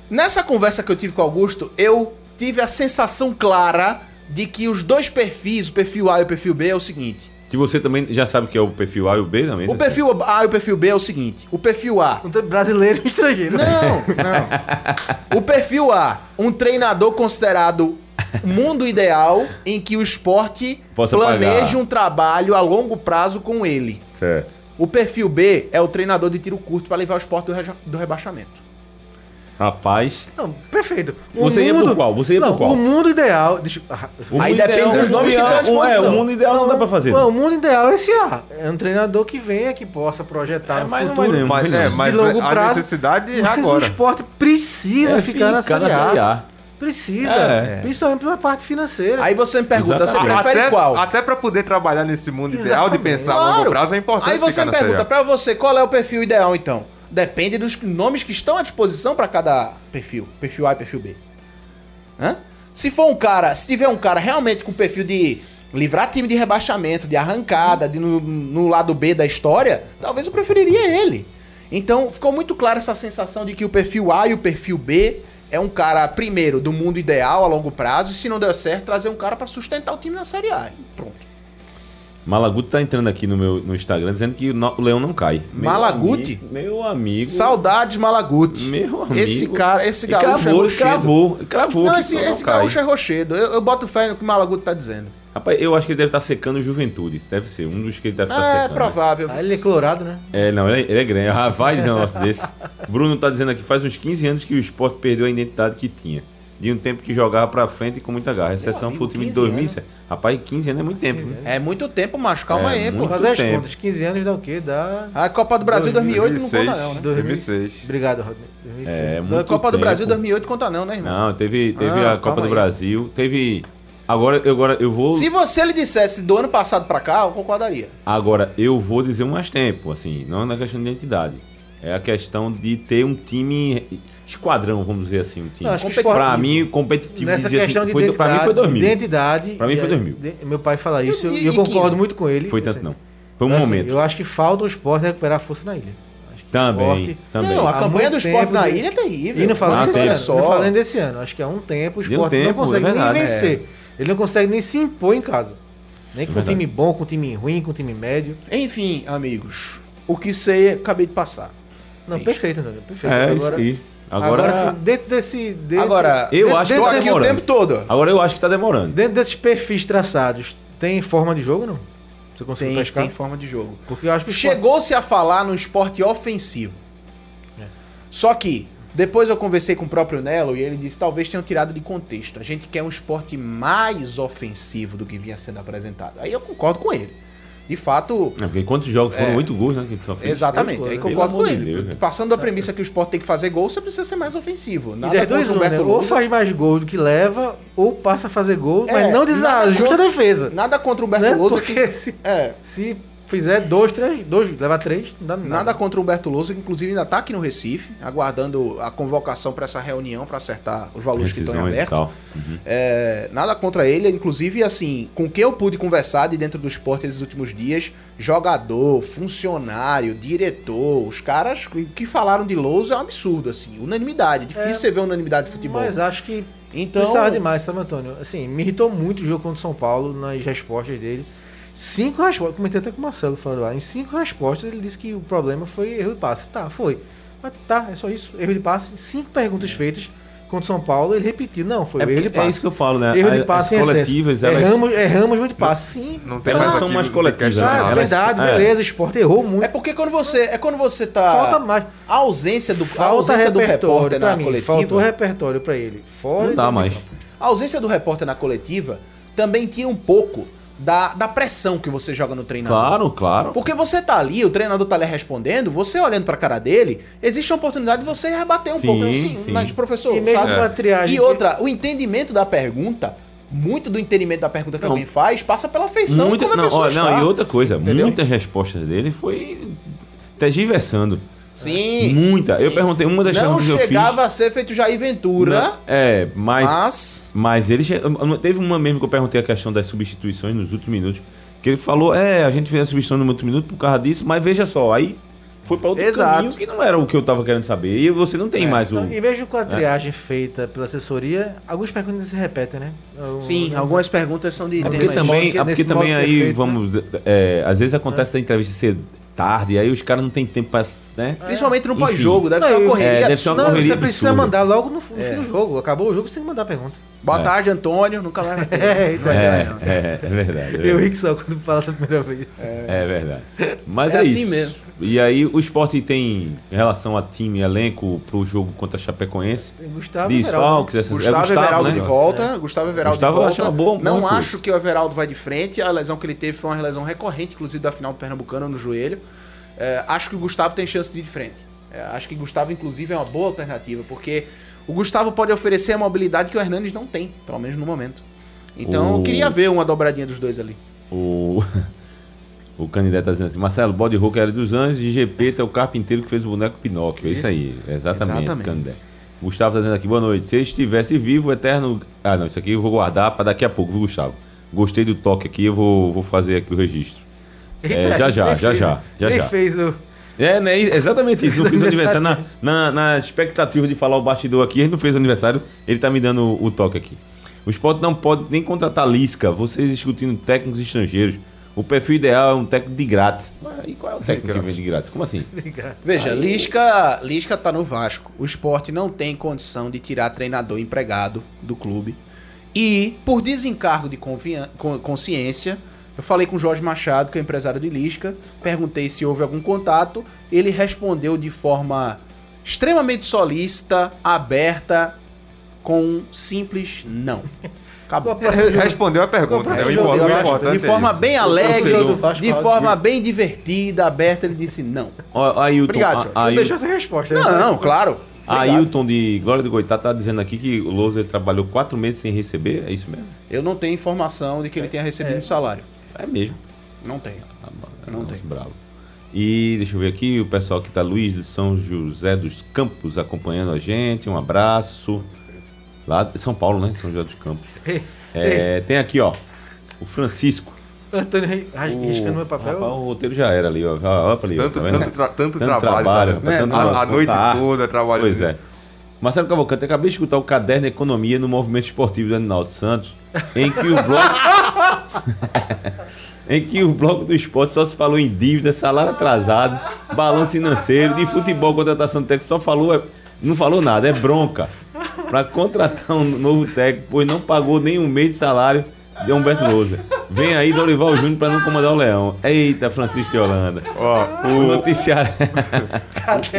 Speaker 5: nessa conversa que eu tive com o Augusto, eu tive a sensação clara de que os dois perfis, o perfil A e o perfil B, é o seguinte.
Speaker 2: Que você também já sabe que é o perfil A e o B também.
Speaker 5: O
Speaker 2: né?
Speaker 5: perfil A e o perfil B é o seguinte, o perfil A...
Speaker 3: Não tem Brasileiro e estrangeiro.
Speaker 5: Não, não. O perfil A, um treinador considerado mundo ideal em que o esporte
Speaker 2: Possa
Speaker 5: planeje
Speaker 2: pagar.
Speaker 5: um trabalho a longo prazo com ele.
Speaker 2: Certo.
Speaker 5: O perfil B é o treinador de tiro curto para levar o esporte do, reja- do rebaixamento.
Speaker 2: Rapaz.
Speaker 3: Não, perfeito.
Speaker 2: Você ia por qual? Você ia por
Speaker 3: não,
Speaker 2: qual?
Speaker 3: O mundo ideal. Deixa, ah,
Speaker 2: o
Speaker 5: Aí
Speaker 2: mundo
Speaker 5: depende
Speaker 2: ideal-
Speaker 5: dos
Speaker 2: o
Speaker 5: nomes que
Speaker 2: ideal-
Speaker 5: tem à disposição.
Speaker 2: É, o mundo ideal não dá pra fazer.
Speaker 3: Não, o mundo ideal é esse A. É um treinador que venha, que possa projetar
Speaker 2: É,
Speaker 3: no
Speaker 2: mas não
Speaker 3: futuro.
Speaker 2: vai nenhum.
Speaker 4: Mas, é,
Speaker 2: De
Speaker 4: mas
Speaker 3: longo
Speaker 4: a
Speaker 3: prazo,
Speaker 4: necessidade é
Speaker 3: mas o
Speaker 4: agora.
Speaker 3: esporte precisa
Speaker 2: É,
Speaker 3: ficar na Série A.
Speaker 2: A.
Speaker 3: Precisa.
Speaker 2: É.
Speaker 3: Principalmente pela parte financeira.
Speaker 5: Aí você me pergunta,
Speaker 2: Exatamente.
Speaker 5: você prefere
Speaker 4: Ah, Até,
Speaker 5: qual?
Speaker 4: até pra poder trabalhar nesse mundo ideal de
Speaker 3: Exatamente.
Speaker 4: pensar a
Speaker 5: Claro.
Speaker 4: longo prazo é importante
Speaker 5: Aí você
Speaker 4: ficar
Speaker 5: me
Speaker 4: na Série A.
Speaker 5: pergunta, para você, qual é o perfil ideal então? Depende dos nomes que estão à disposição para cada perfil, perfil A e perfil B. Hã? Se for um cara, se tiver um cara realmente com perfil de livrar time de rebaixamento, de arrancada, de no, no lado B da história, talvez eu preferiria ele. Então ficou muito clara essa sensação de que o perfil A e o perfil B é um cara, primeiro, do mundo ideal a longo prazo, e se não der certo, trazer um cara pra sustentar o time na Série A. E Pronto.
Speaker 2: Malaguti tá entrando aqui no meu no Instagram dizendo que o no- o leão não cai. Meu
Speaker 5: Malaguti?
Speaker 2: ami- Meu amigo.
Speaker 5: Saudades Malaguti.
Speaker 2: Meu amigo.
Speaker 5: Esse cara, esse
Speaker 2: Ele
Speaker 5: gaúcho
Speaker 2: cravou,
Speaker 5: é
Speaker 2: ele
Speaker 5: rochedo.
Speaker 2: cravou, ele cravou.
Speaker 5: Não,
Speaker 2: que
Speaker 5: esse,
Speaker 2: o leão
Speaker 5: esse
Speaker 2: cai.
Speaker 5: gaúcho é rochedo. Eu, eu boto fé no que o Malaguti tá dizendo.
Speaker 2: Rapaz, eu acho que ele deve estar secando o Juventude. Deve ser um dos que ele deve estar
Speaker 5: é,
Speaker 2: secando.
Speaker 5: provável.
Speaker 3: Ah, ele é colorado, né?
Speaker 2: É, não, ele, ele é grande. Ah, vai dizer um negócio desse. Bruno tá dizendo aqui, faz uns 15 anos que o esporte perdeu a identidade que tinha. De um tempo que jogava pra frente e com muita garra. A exceção
Speaker 3: amigo,
Speaker 2: foi o time de
Speaker 3: 15
Speaker 2: 2007. Rapaz, 15 anos é muito tempo. né?
Speaker 5: É muito tempo, macho. Calma
Speaker 2: É,
Speaker 5: aí,
Speaker 2: muito.
Speaker 5: pô.
Speaker 3: Fazer as
Speaker 2: tempo.
Speaker 3: contas. 15 anos dá o quê? Dá.
Speaker 5: A Copa do Brasil 2008 não conta não, né?
Speaker 4: 2006.
Speaker 3: Obrigado, Rodney. 2006.
Speaker 2: É,
Speaker 5: Da
Speaker 2: muito
Speaker 5: Copa do
Speaker 2: tempo.
Speaker 5: Brasil 2008 conta não, né, irmão?
Speaker 2: Não, teve, teve
Speaker 5: Ah,
Speaker 2: a Copa
Speaker 5: calma
Speaker 2: do
Speaker 5: aí.
Speaker 2: Brasil. Teve. Agora, eu- agora eu vou.
Speaker 5: Se você lhe dissesse do ano passado pra cá, eu concordaria.
Speaker 2: Agora, eu vou dizer um mais tempo, assim, não é na questão de identidade. É a questão de ter um time. Esquadrão, vamos dizer assim, um time.
Speaker 3: Não, acho que
Speaker 2: Competi- pra
Speaker 3: esportivo.
Speaker 2: mim, competitivo.
Speaker 3: Nessa
Speaker 2: dizer assim,
Speaker 3: questão de
Speaker 2: foi,
Speaker 3: identidade.
Speaker 2: pra mim foi 2000.
Speaker 3: Identidade.
Speaker 2: Pra mim foi
Speaker 3: é,
Speaker 2: 2000.
Speaker 3: de- meu pai fala isso
Speaker 5: E-
Speaker 3: e,
Speaker 5: e
Speaker 3: eu
Speaker 5: 15?
Speaker 3: concordo muito com ele.
Speaker 2: Foi tanto
Speaker 3: Assim,
Speaker 2: não. Foi um
Speaker 3: assim,
Speaker 2: momento.
Speaker 3: Eu acho que falta o esporte recuperar a força na ilha. Acho que o
Speaker 2: Também,
Speaker 3: esporte-
Speaker 2: também.
Speaker 5: Não, a
Speaker 3: Há
Speaker 5: campanha
Speaker 3: muito
Speaker 5: do esporte
Speaker 3: tempo
Speaker 5: na
Speaker 3: de-
Speaker 5: ilha é terrível.
Speaker 3: E não
Speaker 2: Ah,
Speaker 3: falando, desse
Speaker 2: tem.
Speaker 3: ano,
Speaker 5: só.
Speaker 3: não falando desse ano. Acho que há um tempo o
Speaker 2: Deu
Speaker 3: esporte
Speaker 2: tempo,
Speaker 3: não consegue
Speaker 2: é verdade,
Speaker 3: nem vencer. Ele não consegue nem se impor em casa. Nem com um
Speaker 2: verdade.
Speaker 3: time bom, com um time ruim, com um time médio.
Speaker 5: Enfim, amigos, o que sei acabei de passar.
Speaker 3: Não,
Speaker 5: Isso.
Speaker 3: perfeito, Antônio. Perfeito.
Speaker 2: É,
Speaker 3: agora,
Speaker 2: isso aí. Agora, é-
Speaker 3: agora,
Speaker 2: agora,
Speaker 3: assim, dentro desse. Dentro,
Speaker 5: Agora,
Speaker 2: Eu
Speaker 3: dentro-
Speaker 2: acho que
Speaker 3: dentro
Speaker 5: tô
Speaker 2: tá
Speaker 5: aqui
Speaker 3: desse-
Speaker 5: o
Speaker 2: demorando.
Speaker 5: tempo todo.
Speaker 2: eu acho que tá demorando.
Speaker 3: Dentro desses perfis traçados, tem forma de jogo, não? Você
Speaker 2: tá
Speaker 3: consegue
Speaker 5: Tem,
Speaker 3: pescar?
Speaker 5: tem forma de jogo.
Speaker 3: Porque eu acho que o esporte-
Speaker 5: Chegou-se a falar no esporte ofensivo.
Speaker 3: É.
Speaker 5: Só que, depois eu conversei com o próprio Nelo e ele disse: talvez tenham tirado de contexto. A gente quer um esporte mais ofensivo do que vinha sendo apresentado. Aí eu concordo com ele. De fato,
Speaker 2: É, porque quantos jogos foram?
Speaker 5: É.
Speaker 2: Oito gols, né? Que a gente só fez.
Speaker 5: Exatamente,
Speaker 3: Pelo
Speaker 5: aí
Speaker 3: amor
Speaker 5: concordo com
Speaker 2: de
Speaker 5: ele.
Speaker 2: Deus, né? velho.
Speaker 5: Passando da premissa que o esporte tem que fazer gol, você precisa ser mais ofensivo.
Speaker 3: E
Speaker 5: Nada
Speaker 3: das
Speaker 5: contra
Speaker 3: duas,
Speaker 5: o
Speaker 3: uma, né?
Speaker 5: Humberto
Speaker 3: ou
Speaker 5: Luca.
Speaker 3: faz mais gol do que leva, ou passa a fazer gol,
Speaker 5: É,
Speaker 3: mas não
Speaker 5: nada
Speaker 3: desarma, justa
Speaker 5: contra-
Speaker 3: defesa.
Speaker 5: Nada contra o Humberto
Speaker 3: Né?
Speaker 5: Lousa.
Speaker 3: Porque se,
Speaker 5: que- É,
Speaker 3: se fizer dois, três, dois, levar três, não dá nada.
Speaker 5: nada contra o Humberto Lousa, que inclusive ainda tá aqui no Recife, aguardando a convocação para essa reunião para acertar os valores que estão em
Speaker 2: Decisões e
Speaker 5: aberto.
Speaker 2: tal.
Speaker 5: É, nada contra ele, inclusive, assim, com quem eu pude conversar de dentro do esporte esses últimos dias, jogador, funcionário, diretor, os caras que- que falaram de Lousa é um absurdo, assim, unanimidade. Difícil você ver unanimidade de futebol.
Speaker 3: É. Mas acho que
Speaker 5: então,
Speaker 3: precisava demais, sabe, Antônio? Assim, me irritou muito o jogo contra o São Paulo nas respostas dele. Cinco respostas, comentei até com o Marcelo falando lá, em cinco respostas ele disse que o problema foi erro de passe. Tá, foi. Mas tá, é só isso, erro de passe. Cinco perguntas feitas contra o São Paulo, ele repetiu. Não, foi
Speaker 2: É,
Speaker 3: erro de
Speaker 2: porque- é
Speaker 3: passe.
Speaker 2: isso que eu falo, né?
Speaker 3: Erro
Speaker 2: As-
Speaker 3: de passe em
Speaker 2: As
Speaker 3: excesso.
Speaker 2: coletivas, elas.
Speaker 3: Erramos, erramos muito passe. Sim.
Speaker 4: Não tem
Speaker 2: Elas
Speaker 4: mais
Speaker 2: são
Speaker 4: aquilo
Speaker 2: mais
Speaker 4: de
Speaker 2: coletivas,
Speaker 4: questionar.
Speaker 2: né?
Speaker 3: Ah,
Speaker 2: Elas-
Speaker 3: verdade,
Speaker 2: é.
Speaker 3: beleza. O Sport errou muito.
Speaker 5: É porque quando você. É quando você tá.
Speaker 3: falta mais.
Speaker 5: A ausência do, a
Speaker 3: Falta
Speaker 5: ausência do
Speaker 3: repertório
Speaker 5: repórter
Speaker 3: pra
Speaker 5: na
Speaker 3: mim. Faltou
Speaker 5: coletiva.
Speaker 3: repertório pra ele. Fora
Speaker 2: Não dá mais.
Speaker 5: A ausência do repórter na coletiva também tira um pouco da, da pressão que você joga no treinador.
Speaker 2: Claro, claro.
Speaker 5: Porque você tá ali, o treinador tá ali respondendo, você olhando pra cara dele, existe a oportunidade de você rebater um
Speaker 2: Sim,
Speaker 5: pouco assim,
Speaker 2: sim.
Speaker 5: mas professor,
Speaker 3: E mesmo
Speaker 5: sabe?
Speaker 3: a triagem. que-
Speaker 5: E outra, o entendimento da pergunta, muito do entendimento da pergunta que
Speaker 2: Não.
Speaker 5: alguém faz, passa pela afeição
Speaker 2: Muita-
Speaker 3: é
Speaker 5: como a
Speaker 2: não,
Speaker 5: pessoa
Speaker 2: olha, não,
Speaker 5: está.
Speaker 2: e outra coisa,
Speaker 5: entendeu?
Speaker 2: muitas respostas dele foi tergiversando.
Speaker 5: Sim.
Speaker 2: Muita. Eu
Speaker 5: sim.
Speaker 2: perguntei, uma das
Speaker 5: Não
Speaker 2: perguntas que eu fiz.
Speaker 5: chegava a ser feito Jair Ventura,
Speaker 2: Não, É, mas,
Speaker 5: mas...
Speaker 2: mas ele. che- Teve uma mesmo que eu perguntei a questão das substituições nos últimos minutos. Que ele falou, é, a gente fez a substituição no último minuto por causa disso, mas veja só, aí foi pra outro
Speaker 5: Exato.
Speaker 2: caminho que não era o que eu tava querendo saber. E você não tem
Speaker 5: É.
Speaker 2: mais o.
Speaker 3: Não, E mesmo com a triagem feita pela assessoria, algumas perguntas se repetem, né? Eu-
Speaker 5: Sim,
Speaker 3: eu-
Speaker 5: algumas perguntas são de
Speaker 3: É
Speaker 2: É porque
Speaker 5: temas.
Speaker 3: nesse modo
Speaker 2: também,
Speaker 3: que-
Speaker 2: é porque
Speaker 3: nesse
Speaker 2: também
Speaker 3: modo que é
Speaker 2: aí,
Speaker 3: feito,
Speaker 2: vamos. é, às vezes acontece a entrevista ser tarde, aí os caras não têm tempo pra. Né?
Speaker 5: Principalmente no
Speaker 2: Enfim.
Speaker 5: pós-jogo, deve
Speaker 3: Não,
Speaker 5: ser uma
Speaker 3: eu-
Speaker 5: correria. É.
Speaker 2: É, deve ser uma
Speaker 3: Não,
Speaker 2: correria
Speaker 3: você precisa
Speaker 2: absurda.
Speaker 3: mandar logo no, fu- no fim do jogo. Acabou o jogo, você tem que mandar a pergunta.
Speaker 5: Boa
Speaker 2: É.
Speaker 5: tarde, Antônio. Nunca mais vai
Speaker 3: (laughs)
Speaker 5: ter.
Speaker 3: É,
Speaker 5: Não vai ter mais, não.
Speaker 2: É, é, é verdade. É
Speaker 3: Eu
Speaker 2: verdade.
Speaker 3: ri que só quando fala essa primeira vez.
Speaker 2: É verdade. Mas é,
Speaker 5: É assim
Speaker 2: isso.
Speaker 5: mesmo.
Speaker 2: E aí o esporte tem em relação a time, elenco pro jogo contra a Chapecoense.
Speaker 3: Tem Gustavo e Everaldo.
Speaker 2: Desfalques, essa- é
Speaker 5: né? Gustavo, Everaldo de volta. Gustavo Everaldo
Speaker 2: Gustavo,
Speaker 5: de
Speaker 2: eu
Speaker 5: volta.
Speaker 2: acho uma boa- bom
Speaker 5: não
Speaker 2: chute.
Speaker 5: acho que o Everaldo vai de frente. A lesão que ele teve foi uma lesão recorrente, inclusive da final do Pernambucano no joelho. É, acho que o Gustavo tem chance de ir de frente. É, acho que o Gustavo, inclusive, é uma boa alternativa, porque o Gustavo pode oferecer a mobilidade que o Hernanes não tem, pelo menos no momento. Então, eu
Speaker 2: O-
Speaker 5: queria ver uma dobradinha dos dois ali.
Speaker 2: O, (laughs) o candidato tá dizendo assim: Marcelo, Body Hulk era dos Anjos e GP é o carpinteiro que fez o boneco Pinóquio. É isso,
Speaker 5: Isso.
Speaker 2: aí, exatamente.
Speaker 5: Exatamente.
Speaker 2: Candidato. Gustavo tá dizendo aqui: boa noite. Se ele estivesse vivo, o eterno. Ah, não, isso aqui eu vou guardar para daqui a pouco, viu, Gustavo? Gostei do toque aqui, eu vou, vou fazer aqui o registro.
Speaker 3: Eita,
Speaker 2: É,
Speaker 3: a
Speaker 2: já
Speaker 3: gente
Speaker 2: já,
Speaker 3: nem
Speaker 2: já
Speaker 3: fez-
Speaker 2: já, já
Speaker 3: nem
Speaker 2: já.
Speaker 3: fez o,
Speaker 2: É, né? Exatamente isso. Não fiz o aniversário. Na, na, na expectativa de falar o bastidor aqui, ele não fez o aniversário. Ele tá me dando o, o toque aqui. O esporte não pode nem contratar Lisca. Vocês discutindo técnicos estrangeiros. O perfil ideal é um técnico de grátis. Mas e qual é o técnico que vem de grátis? Como assim?
Speaker 5: (laughs) Veja, Lisca, Lisca tá no Vasco. O esporte não tem condição de tirar treinador empregado do clube. E, por desencargo de convien- con- consciência, eu falei com o Jorge Machado, que é o empresário de Lisca, perguntei se houve algum contato. Ele respondeu de forma extremamente solícita, aberta, com um simples não. Acabou.
Speaker 4: Respondeu a pergunta, né? O
Speaker 3: Respondeu,
Speaker 4: impor-
Speaker 3: eu
Speaker 4: o
Speaker 3: acho,
Speaker 4: importante
Speaker 5: de
Speaker 4: é
Speaker 5: forma
Speaker 4: isso.
Speaker 5: bem alegre,
Speaker 3: torcedor do Vasco
Speaker 5: de
Speaker 3: fala
Speaker 5: forma bem divertida, aberta, ele disse não.
Speaker 2: Ó, Ailton,
Speaker 5: Obrigado, Jorge.
Speaker 2: a,
Speaker 3: Não
Speaker 2: Ailton,
Speaker 3: deixou essa resposta. né?
Speaker 5: Não, claro. Obrigado.
Speaker 2: Ailton de Glória do Goitá tá dizendo aqui que o Lousa trabalhou quatro meses sem receber. É isso mesmo?
Speaker 5: Eu não tenho informação de que ele tenha recebido um salário.
Speaker 2: É Ah, mesmo.
Speaker 5: Não tenho.
Speaker 2: Não
Speaker 5: Não
Speaker 2: tem.
Speaker 5: tem.
Speaker 2: Bravo. E deixa eu ver aqui o pessoal que tá Luiz de São José dos Campos acompanhando a gente. Um abraço. Lá de São Paulo, né? São José dos Campos. É, tem aqui, ó. O Francisco.
Speaker 3: Antônio ri- ras- riscando meu papel.
Speaker 2: Rapaz, o roteiro já era ali, ó. Olha pra ali, ó,
Speaker 4: Tanto,
Speaker 2: tá vendo?
Speaker 4: tanto, tra- tanto
Speaker 2: Tanto
Speaker 4: trabalho, Tá.
Speaker 2: trabalho,
Speaker 4: cara.
Speaker 2: é,
Speaker 4: A-
Speaker 2: tanto-
Speaker 4: a,
Speaker 2: tanta
Speaker 4: noite
Speaker 2: arte.
Speaker 4: toda trabalhando
Speaker 2: Pois é.
Speaker 4: nisso.
Speaker 2: Marcelo Cavalcante, acabei de escutar o caderno Economia no Movimento Esportivo do Aninaldo Santos, em que o bloco. (laughs) em que o bloco do esporte só se falou em dívida, salário atrasado, balanço financeiro, de futebol, contratação de técnico, só falou. é- Não falou nada, é bronca. Para contratar um novo técnico, pois não pagou nem um mês de salário de Humberto Lousa. Vem aí Dorival Júnior para não comandar o Leão. Eita, Francisco de Holanda.
Speaker 4: Ó,
Speaker 2: O noticiário.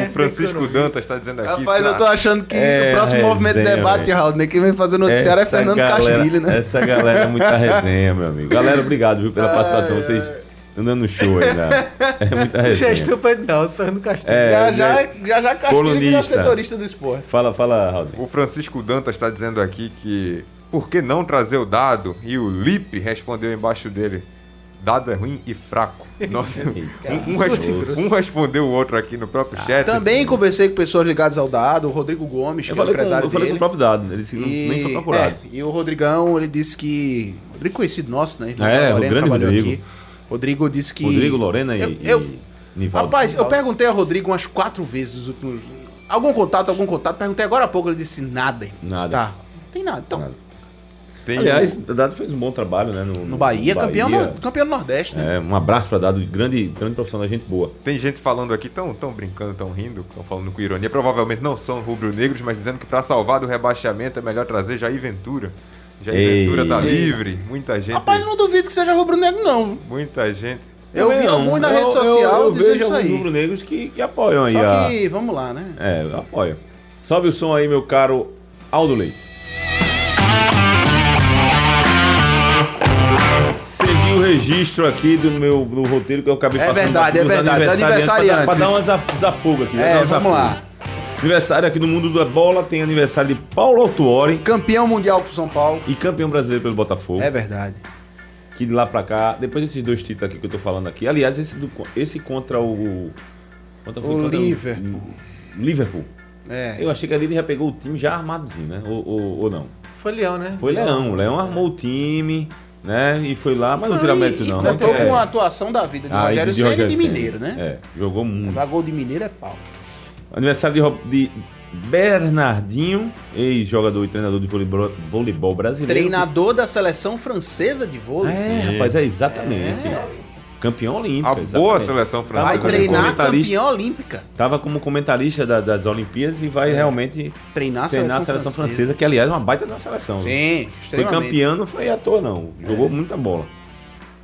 Speaker 4: o Francisco Dantas tá dizendo aqui.
Speaker 5: Rapaz,
Speaker 4: tra-
Speaker 5: eu tô achando que
Speaker 2: É,
Speaker 5: o próximo movimento de
Speaker 2: resenha,
Speaker 5: debate,
Speaker 2: velho.
Speaker 5: Raul, né? Quem vem fazer noticiário é Fernando
Speaker 2: galera,
Speaker 5: Castilho, né? Ah,
Speaker 2: Essa galera é muita resenha, meu amigo. Galera, obrigado, viu, pela participação.
Speaker 5: é.
Speaker 2: Vocês estão dando show aí, né? É muita resenha.
Speaker 3: (laughs) Sugestão pra Edinaldo, Fernando Castilho.
Speaker 2: É,
Speaker 5: já,
Speaker 2: né?
Speaker 5: já, já já Castilho virou
Speaker 2: Colunista.
Speaker 5: setorista do esporte.
Speaker 2: Fala, fala, Raul.
Speaker 4: O Francisco Dantas está dizendo aqui que por que não trazer o dado? E o Lipe respondeu embaixo dele: dado é ruim e fraco. Nossa,
Speaker 2: Eita,
Speaker 4: um, um resp-
Speaker 2: grosso.
Speaker 4: um respondeu o outro aqui no próprio chat.
Speaker 5: Ah, Também conversei com pessoas ligadas ao dado, o Rodrigo Gomes, que
Speaker 2: É, Eu
Speaker 5: é o
Speaker 2: falei, com,
Speaker 5: empresário
Speaker 2: eu falei com o
Speaker 5: dele.
Speaker 2: próprio dado. né? Ele disse que não-
Speaker 5: E,
Speaker 2: nem foi procurado.
Speaker 5: é, e o Rodrigão, ele disse que. Rodrigo conhecido nosso, né? Irmão
Speaker 2: É,
Speaker 5: da
Speaker 2: o grande Rodrigo.
Speaker 5: Rodrigo disse que.
Speaker 2: Rodrigo, Lorena e,
Speaker 5: Eu-
Speaker 2: e
Speaker 5: eu-
Speaker 2: Nivaldo.
Speaker 5: Rapaz, eu perguntei ao Rodrigo umas quatro vezes nos últimos. Algum contato, algum contato. Perguntei agora há pouco, ele disse nada. irmão.
Speaker 2: Nada.
Speaker 5: Tá. não Tem nada. Então,
Speaker 2: Nada.
Speaker 4: Tem
Speaker 2: Aliás, o Dado fez um bom trabalho, né?
Speaker 5: no Bahia, campeão,
Speaker 2: Bahia.
Speaker 5: No, campeão do Nordeste, né?
Speaker 2: É, um abraço pra Dado, grande, grande profissional, gente boa.
Speaker 4: Tem gente falando aqui, tão, tão brincando, tão rindo, tão falando com ironia. Provavelmente não são rubro-negros, mas dizendo que para salvar do rebaixamento é melhor trazer Jair Ventura. Jair
Speaker 2: Ei.
Speaker 4: Ventura tá livre. Muita
Speaker 2: É.
Speaker 4: gente.
Speaker 5: Rapaz, eu não duvido que seja rubro-negro, não.
Speaker 4: Muita gente.
Speaker 5: Eu
Speaker 2: Também
Speaker 5: vi
Speaker 2: não.
Speaker 5: alguns na
Speaker 2: Eu-
Speaker 5: rede
Speaker 2: eu-
Speaker 5: social
Speaker 2: eu
Speaker 5: dizendo
Speaker 2: vejo
Speaker 5: isso
Speaker 2: alguns
Speaker 5: aí.
Speaker 2: rubro-negros que, que apoiam aí
Speaker 5: Só
Speaker 2: a...
Speaker 5: que, vamos lá, né?
Speaker 2: É, apoia. Sobe o som aí, meu caro Aldo Leite. Segui o registro aqui do meu do roteiro que eu acabei
Speaker 5: É
Speaker 2: passando.
Speaker 5: verdade,
Speaker 2: pra-
Speaker 5: é
Speaker 2: dos
Speaker 5: verdade, do
Speaker 2: aniversariantes, Pra dar, pra dar um
Speaker 5: aniversariantes.
Speaker 2: desaf- desafogo aqui.
Speaker 5: É,
Speaker 2: dar um
Speaker 5: vamos
Speaker 2: desafogo.
Speaker 5: lá.
Speaker 2: Aniversário aqui no mundo da bola tem aniversário de Paulo Autuori
Speaker 5: Campeão mundial com São Paulo.
Speaker 2: e campeão brasileiro pelo Botafogo.
Speaker 5: É verdade.
Speaker 2: Que de lá pra cá, depois desses dois títulos aqui que eu tô falando aqui. Aliás, esse, do- esse contra o. Contra
Speaker 5: O
Speaker 2: contra
Speaker 5: Liverpool.
Speaker 2: Liverpool.
Speaker 5: É.
Speaker 2: Eu achei que ali ele já pegou o time já armadozinho, né? Ou, ou, ou não?
Speaker 3: Foi Leão, né?
Speaker 2: Foi Leão. O Leão armou o time, né? E foi lá, mas não tira mérito não, né?
Speaker 5: Contou
Speaker 2: É.
Speaker 5: com a atuação da vida de
Speaker 2: Ah,
Speaker 5: Rogério
Speaker 2: de
Speaker 5: Senna e de
Speaker 2: Rogério
Speaker 5: Mineiro,
Speaker 2: Ceni.
Speaker 5: né?
Speaker 2: É, jogou muito.
Speaker 5: Levar gol de Mineiro é pau.
Speaker 2: Aniversário de, Rob- de Bernardinho, ex-jogador e treinador de voleibol, voleibol brasileiro.
Speaker 5: Treinador da seleção francesa de
Speaker 2: É,
Speaker 5: vôlei.
Speaker 2: Sim. rapaz, é exatamente.
Speaker 5: É.
Speaker 2: Campeão olímpico.
Speaker 4: A Ah, boa
Speaker 2: exatamente.
Speaker 4: seleção
Speaker 5: Vai
Speaker 4: francesa.
Speaker 2: Tá, Mas ele
Speaker 5: treinar
Speaker 2: comentarista.
Speaker 5: campeão olímpica.
Speaker 2: Tava como comentarista da- das Olimpíadas e vai realmente
Speaker 5: Treinar
Speaker 2: treinar
Speaker 5: a É. seleção,
Speaker 2: a seleção
Speaker 5: francesa.
Speaker 2: francesa, que aliás é uma baita da seleção. viu?
Speaker 5: Sim,
Speaker 2: Foi
Speaker 5: extremamente.
Speaker 2: campeão, não foi à toa, não. Jogou muita bola.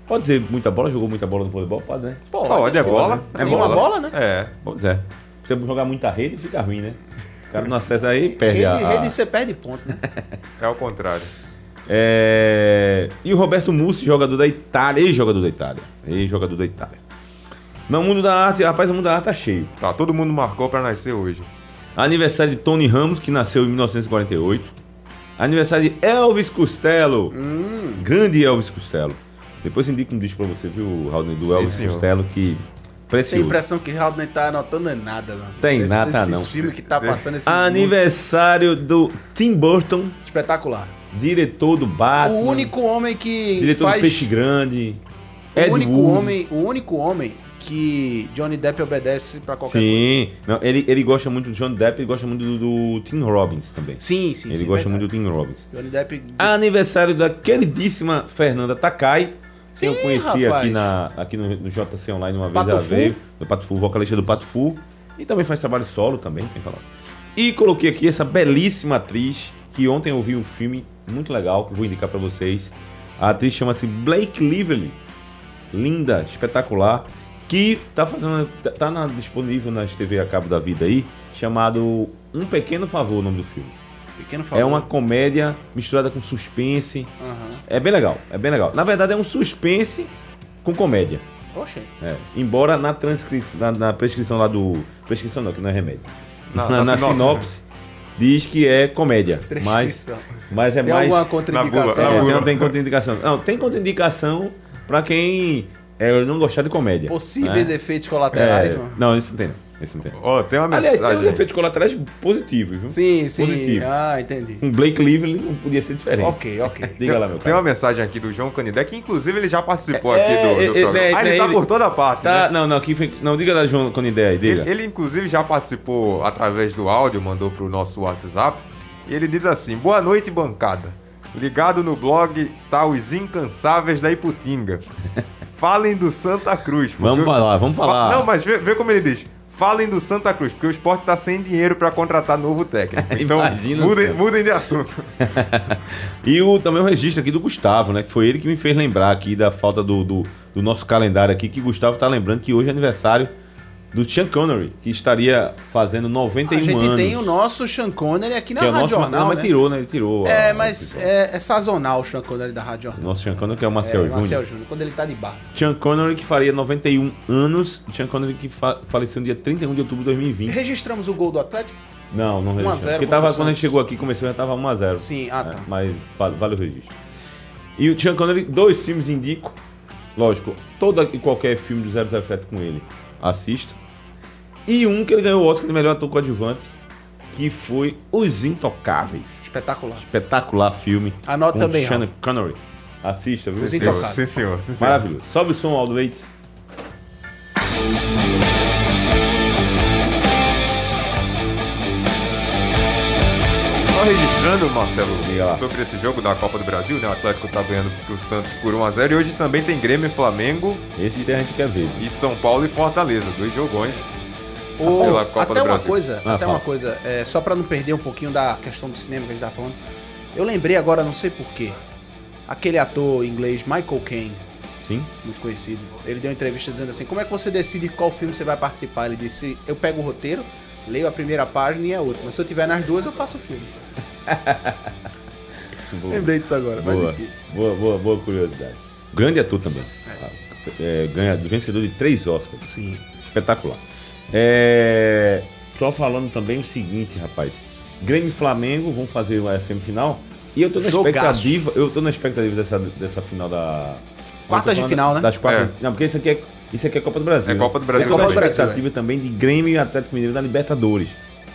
Speaker 2: Pode dizer muita bola, jogou muita bola no voleibol? Pode, né?
Speaker 4: Pode, é bola.
Speaker 2: É
Speaker 5: Tem uma
Speaker 2: bola.
Speaker 5: bola, né?
Speaker 4: É.
Speaker 2: Pois é. Se você jogar muita rede, fica ruim, né? O cara não acessa aí perde
Speaker 5: Rede,
Speaker 2: a...
Speaker 5: rede, você perde ponto, né?
Speaker 4: É ao contrário.
Speaker 2: É... E o Roberto Mussi, jogador da Itália, ex-jogador da Itália. Ex-jogador da Itália. No mundo da arte, rapaz, o mundo da arte tá cheio.
Speaker 4: Tá, todo mundo marcou pra nascer hoje.
Speaker 2: Aniversário de Tony Ramos, que nasceu em 1948. Aniversário de Elvis Costello.
Speaker 5: Hum.
Speaker 2: Grande Elvis Costello. Depois indico um disco pra você, viu, Raul, do
Speaker 4: Sim,
Speaker 2: Elvis
Speaker 4: senhor.
Speaker 2: Costello, que...
Speaker 5: Tem a
Speaker 2: Precioso.
Speaker 5: impressão que o Raul nem tá anotando é nada, mano.
Speaker 2: Tem
Speaker 5: Esse-
Speaker 2: nada,
Speaker 5: esses
Speaker 2: não. Ah,
Speaker 5: filmes que tá passando, esses
Speaker 2: Aniversário do Tim Burton,
Speaker 5: músicos, Espetacular.
Speaker 2: diretor do Batman.
Speaker 5: o único homem que
Speaker 2: Ah, Diretor
Speaker 5: faz...
Speaker 2: do Peixe Grande.
Speaker 5: o
Speaker 2: Ed
Speaker 5: único
Speaker 2: Wood.
Speaker 5: homem, o único homem que Johnny Depp obedece pra qualquer coisa.
Speaker 2: Sim. Não, ele, ele gosta muito do John Depp e gosta muito do, do Tim Robbins também.
Speaker 5: Sim, sim,
Speaker 2: ele
Speaker 5: sim,
Speaker 2: gosta
Speaker 5: verdade.
Speaker 2: muito do Ah, Tim Robbins.
Speaker 5: Johnny Depp.
Speaker 2: Aniversário da queridíssima Fernanda Takai. que eu
Speaker 5: Sim,
Speaker 2: conheci
Speaker 5: rapaz.
Speaker 2: aqui, na, aqui no, no JC Online uma vez,
Speaker 5: Pato
Speaker 2: ela
Speaker 5: Fu.
Speaker 2: veio. Do Pato Fu, vocalista do Pato Fu. E também faz trabalho solo também, tem falar. E coloquei aqui essa belíssima atriz, que ontem eu vi um filme muito legal, que eu vou indicar pra vocês. A atriz chama-se Blake Lively. Linda, espetacular. Que tá fazendo. tá- tá na- disponível nas TV a cabo da vida aí, chamado Um Pequeno Favor, o nome do filme.
Speaker 5: Pequeno favor.
Speaker 2: É uma comédia misturada com suspense.
Speaker 5: Aham.
Speaker 2: É bem legal, é bem legal. Na verdade, é um suspense com comédia.
Speaker 5: Oxe.
Speaker 2: é. Embora na, transcri... na, na prescrição lá do. Prescrição não, que não é remédio.
Speaker 4: Na-
Speaker 2: Na, na
Speaker 4: na sinopse.
Speaker 2: sinopse. diz que é comédia. Mas,
Speaker 5: Prescrição.
Speaker 2: mas é
Speaker 5: Tem
Speaker 2: mais.
Speaker 5: alguma
Speaker 4: na
Speaker 5: contraindicação?
Speaker 4: bula, na
Speaker 2: É,
Speaker 4: bula.
Speaker 2: não tem contraindicação. Não, tem contraindicação pra quem é, não gostar de comédia.
Speaker 5: Possíveis
Speaker 2: né?
Speaker 5: efeitos colaterais,
Speaker 2: É,
Speaker 5: mano.
Speaker 2: Não, isso não tem. não, Isso não tem.
Speaker 4: Ó, tem uma
Speaker 2: Aliás,
Speaker 4: mensagem.
Speaker 2: tem um uns efeitos colaterais positivos, viu?
Speaker 5: Sim, sim.
Speaker 2: Positivo.
Speaker 5: Ah, entendi.
Speaker 2: Com Blake Lively não podia ser diferente.
Speaker 5: Ok, ok.
Speaker 2: Diga lá, meu
Speaker 4: Tem
Speaker 2: cara.
Speaker 4: uma mensagem aqui do João Canidé, que inclusive ele já participou
Speaker 2: É,
Speaker 4: aqui do, do
Speaker 2: é, é,
Speaker 4: programa.
Speaker 2: né,
Speaker 4: ah, ele
Speaker 2: né,
Speaker 4: tá
Speaker 2: ele-
Speaker 4: por toda parte,
Speaker 2: Tá,
Speaker 4: né?
Speaker 2: não, não, aqui foi- não, diga lá, João, com ideia aí, diga.
Speaker 4: Ele, ele, inclusive já participou através do áudio, mandou pro nosso WhatsApp. E ele diz assim: Boa noite, bancada. Ligado no blog tá os incansáveis da
Speaker 2: (laughs)
Speaker 4: Iputinga. Falem do Santa Cruz. porque
Speaker 2: Vamos
Speaker 4: o-
Speaker 2: falar, vamos
Speaker 4: Fa-
Speaker 2: falar.
Speaker 4: Não, mas vê, vê como ele diz. Falem do Santa Cruz, porque o esporte tá sem dinheiro pra contratar novo
Speaker 2: (laughs)
Speaker 4: técnico. Então,
Speaker 2: Imagina o
Speaker 4: mudem,
Speaker 2: Santa.
Speaker 4: mudem de
Speaker 2: (laughs)
Speaker 4: assunto.
Speaker 2: E o, também o registro aqui do Gustavo, né? Que foi ele que me fez lembrar aqui da falta do, do, do nosso calendário aqui, que o Gustavo tá lembrando que hoje é aniversário do Sean Connery, que estaria fazendo 91
Speaker 5: a gente
Speaker 2: anos.
Speaker 5: tem o nosso Sean Connery aqui na
Speaker 2: um que é o
Speaker 5: Rádio
Speaker 2: nosso,
Speaker 5: Jornal,
Speaker 2: não,
Speaker 5: né?
Speaker 2: mas tirou, né? Ele tirou.
Speaker 5: É,
Speaker 2: a-
Speaker 5: mas é, é sazonal o Sean Connery da Rádio
Speaker 2: O
Speaker 5: Jornal.
Speaker 2: nosso Sean Connery, que é o
Speaker 5: É,
Speaker 2: Marcel Júnior.
Speaker 5: Marcel Júnior, quando ele tá de bar.
Speaker 2: Sean Connery, que faria 91 anos. Sean Connery, que fa- faleceu no dia 31 de outubro de 2020.
Speaker 5: Registramos o gol do Atlético?
Speaker 2: Não, não
Speaker 5: 1 É.
Speaker 2: registrou.
Speaker 5: a 0
Speaker 2: Porque
Speaker 5: contra o
Speaker 2: tava, quando a
Speaker 5: Santos.
Speaker 2: gente chegou aqui, começou, já tava 1x0.
Speaker 5: Sim, ah tá.
Speaker 2: É, mas vale, vale o registro. E o Sean Connery, dois filmes indico. Lógico, todo e qualquer filme do 007 com ele, assista. E um que ele ganhou o Oscar de melhor ator coadjuvante, que foi Os Intocáveis.
Speaker 5: Espetacular.
Speaker 2: Tá Espetacular filme.
Speaker 5: Anota
Speaker 2: com
Speaker 5: também,
Speaker 2: Sean Connery. Assista, viu?
Speaker 5: Os
Speaker 2: Sim,
Speaker 5: Intocáveis.
Speaker 4: Sim, senhor. Sim, senhor.
Speaker 2: Maravilhoso. Sobe o som, Aldo Leite.
Speaker 4: Só registrando, Marcelo,
Speaker 2: Diga lá.
Speaker 4: sobre esse jogo da Copa do Brasil, né? O Atlético tá ganhando pro Santos por 1x0 e hoje também tem Grêmio e Flamengo
Speaker 2: Esse que a gente quer ver.
Speaker 4: e São Paulo e Fortaleza, dois jogões.
Speaker 5: Ô,
Speaker 4: Pela Copa
Speaker 5: até
Speaker 4: do
Speaker 5: uma
Speaker 4: Brasil.
Speaker 5: coisa,
Speaker 2: Ah,
Speaker 5: até
Speaker 2: fala.
Speaker 5: uma coisa, é, só pra não perder um pouquinho da questão do cinema que a gente tá falando. Eu lembrei agora, não sei porquê, aquele ator inglês Michael Caine,
Speaker 2: Sim?
Speaker 5: muito conhecido. Ele deu uma entrevista dizendo assim: "Como é que você decide qual filme você vai participar?" Ele disse: "Eu pego o roteiro, leio a primeira página e é a outra. Mas se eu tiver nas duas, eu faço o filme."
Speaker 2: Boa.
Speaker 5: Lembrei disso agora, mas
Speaker 2: Boa,
Speaker 5: enfim.
Speaker 2: boa, boa, boa curiosidade. Grande ator também. É, ganha, vencedor de três Oscars.
Speaker 5: Sim.
Speaker 2: Espetacular. É, só falando também o seguinte, rapaz. Grêmio e Flamengo vão fazer a semifinal. E eu tô na
Speaker 5: Jogaço.
Speaker 2: expectativa. Eu tô na expectativa dessa, dessa final da.
Speaker 5: Quartas de final, né?
Speaker 2: Das quartas. Não, porque isso aqui é. Isso aqui é Copa do Brasil.
Speaker 4: É
Speaker 2: né?
Speaker 4: Copa do Brasil
Speaker 2: Eu tô na
Speaker 5: também. Copa do Brasil,
Speaker 2: expectativa também de Grêmio e Atlético Mineiro da Libertadores.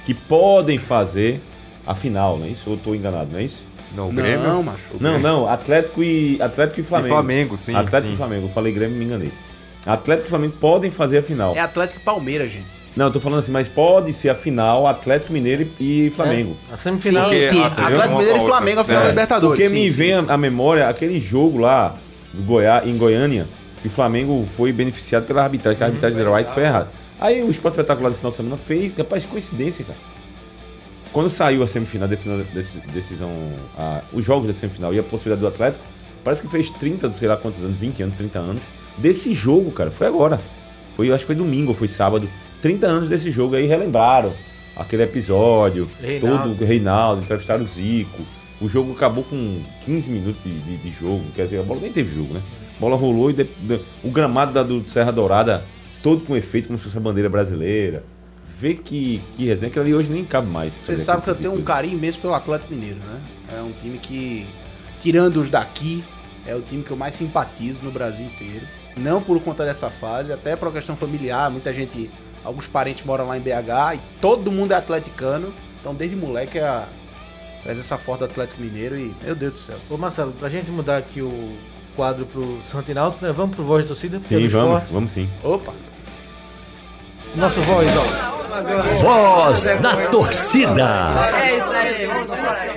Speaker 2: Que podem fazer a final, não é isso? Ou eu tô enganado, não é isso?
Speaker 4: Não, o Grêmio
Speaker 5: Não, macho.
Speaker 2: Não, não, Atlético e Atlético e
Speaker 4: e
Speaker 2: Flamengo.
Speaker 4: Flamengo, sim,
Speaker 2: Atlético
Speaker 4: sim.
Speaker 2: e Flamengo, eu falei Grêmio, me enganei. Atlético e Flamengo podem fazer a final.
Speaker 5: É Atlético e Palmeiras, gente.
Speaker 2: Não, eu tô falando assim, mas pode ser a final Atlético Mineiro e e Flamengo.
Speaker 3: A semifinal.
Speaker 4: Porque,
Speaker 5: sim, sim.
Speaker 4: assim,
Speaker 5: Atlético
Speaker 4: uma
Speaker 5: Mineiro e
Speaker 4: pra outra,
Speaker 5: Flamengo a
Speaker 2: É.
Speaker 5: final
Speaker 4: né?
Speaker 5: da Libertadores.
Speaker 2: Porque
Speaker 5: sim,
Speaker 2: me
Speaker 5: sim,
Speaker 2: vem
Speaker 5: sim.
Speaker 2: à memória aquele jogo lá do Goiá, em Goiânia, que o Flamengo foi beneficiado pela arbitragem, que a arbitragem do White foi errada. Aí o Esporte Espetacular desse final de semana fez, rapaz, coincidência, cara. Quando saiu a semifinal, a definida- deci- decisão, a- os jogos da semifinal e a possibilidade do Atlético, parece que fez 30, sei lá quantos anos, 20 anos, 30 anos, desse jogo, cara, foi agora. Foi, eu acho que foi domingo, ou foi sábado, 30 anos desse jogo aí, relembraram aquele episódio,
Speaker 3: Reinaldo.
Speaker 2: todo o Reinaldo, entrevistaram o Zico, o jogo acabou com 15 minutos de, de- de jogo, quer dizer, a bola nem teve jogo, né? A bola rolou e de- de- o gramado da, do Serra Dourada todo com efeito, como se fosse a bandeira brasileira. Vê que, que resenha, aquilo ali hoje nem cabe mais. tipo
Speaker 5: Você sabe que eu tenho um carinho imenso pelo Atlético Mineiro, né? É um time que, tirando os daqui, é o time que eu mais simpatizo no Brasil inteiro. Não por conta dessa fase, até por uma questão familiar. Muita gente, alguns parentes moram lá em BH e todo mundo é atleticano. Então, desde moleque, é a presença forte do Atlético Mineiro e, meu Deus do céu.
Speaker 3: Ô Marcelo, pra gente mudar aqui o quadro pro Santo Náutico, né? Vamos pro Voz da Torcida, porque é
Speaker 2: Sim,
Speaker 3: do
Speaker 2: vamos,
Speaker 3: esporte.
Speaker 2: vamos sim.
Speaker 5: Opa!
Speaker 3: Nosso voz, ó.
Speaker 1: Voz da torcida.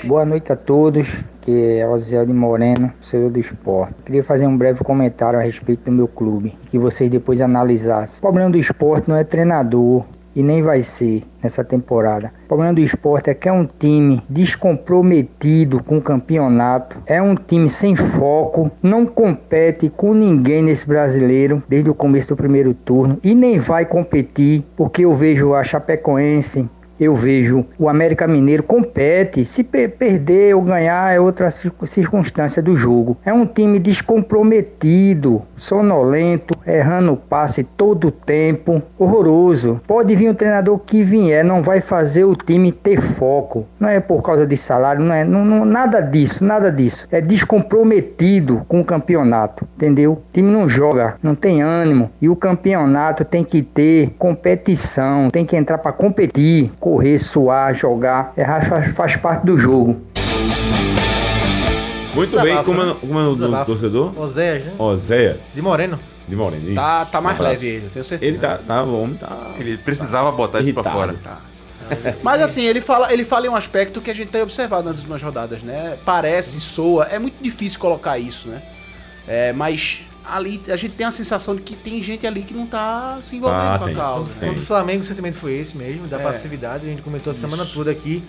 Speaker 6: Boa noite a todos, que é Oziel de Moreno, torcedor do esporte. Queria fazer um breve comentário a respeito do meu clube, que vocês depois analisassem. O problema do esporte não é treinador e nem vai ser nessa temporada. O problema do esporte é que é um time descomprometido com o campeonato, é um time sem foco, não compete com ninguém nesse brasileiro desde o começo do primeiro turno e nem vai competir, porque eu vejo a Chapecoense eu vejo o América Mineiro compete, se pe- perder ou ganhar é outra circu- circunstância do jogo. É um time descomprometido, sonolento, errando o passe todo o tempo, horroroso. Pode vir o treinador que vier, não vai fazer o time ter foco. Não é por causa de salário, não é não- não- nada disso, nada disso. É descomprometido com o campeonato, entendeu? O time não joga, não tem ânimo e o campeonato tem que ter competição, tem que entrar para competir, correr, suar, jogar, errar faz, faz parte do jogo.
Speaker 2: Muito
Speaker 3: Desabafo,
Speaker 2: bem, como é,
Speaker 3: né?
Speaker 2: como é o nome do
Speaker 3: Desabafo.
Speaker 2: torcedor?
Speaker 3: Oséias, né?
Speaker 2: Oséias
Speaker 3: De Moreno.
Speaker 2: de Moreno. isso.
Speaker 5: Tá, tá mais
Speaker 2: Um abraço.
Speaker 5: leve ele, eu tenho certeza.
Speaker 2: Ele tá, tá, o homem tá.
Speaker 4: Ele precisava botar isso pra
Speaker 2: Irritado.
Speaker 4: fora.
Speaker 5: Mas assim, ele fala, ele fala em um aspecto que a gente tem observado nas últimas rodadas, né? Parece, soa, é muito difícil colocar isso, né? É, mas ali a gente tem a sensação de que tem gente ali que não tá se envolvendo
Speaker 2: Ah,
Speaker 5: com
Speaker 2: tem.
Speaker 5: a causa. né?
Speaker 2: Tem.
Speaker 3: Contra o Um Flamengo o sentimento foi esse mesmo, da
Speaker 5: É.
Speaker 3: passividade, a gente comentou a semana
Speaker 5: Isso.
Speaker 3: toda aqui.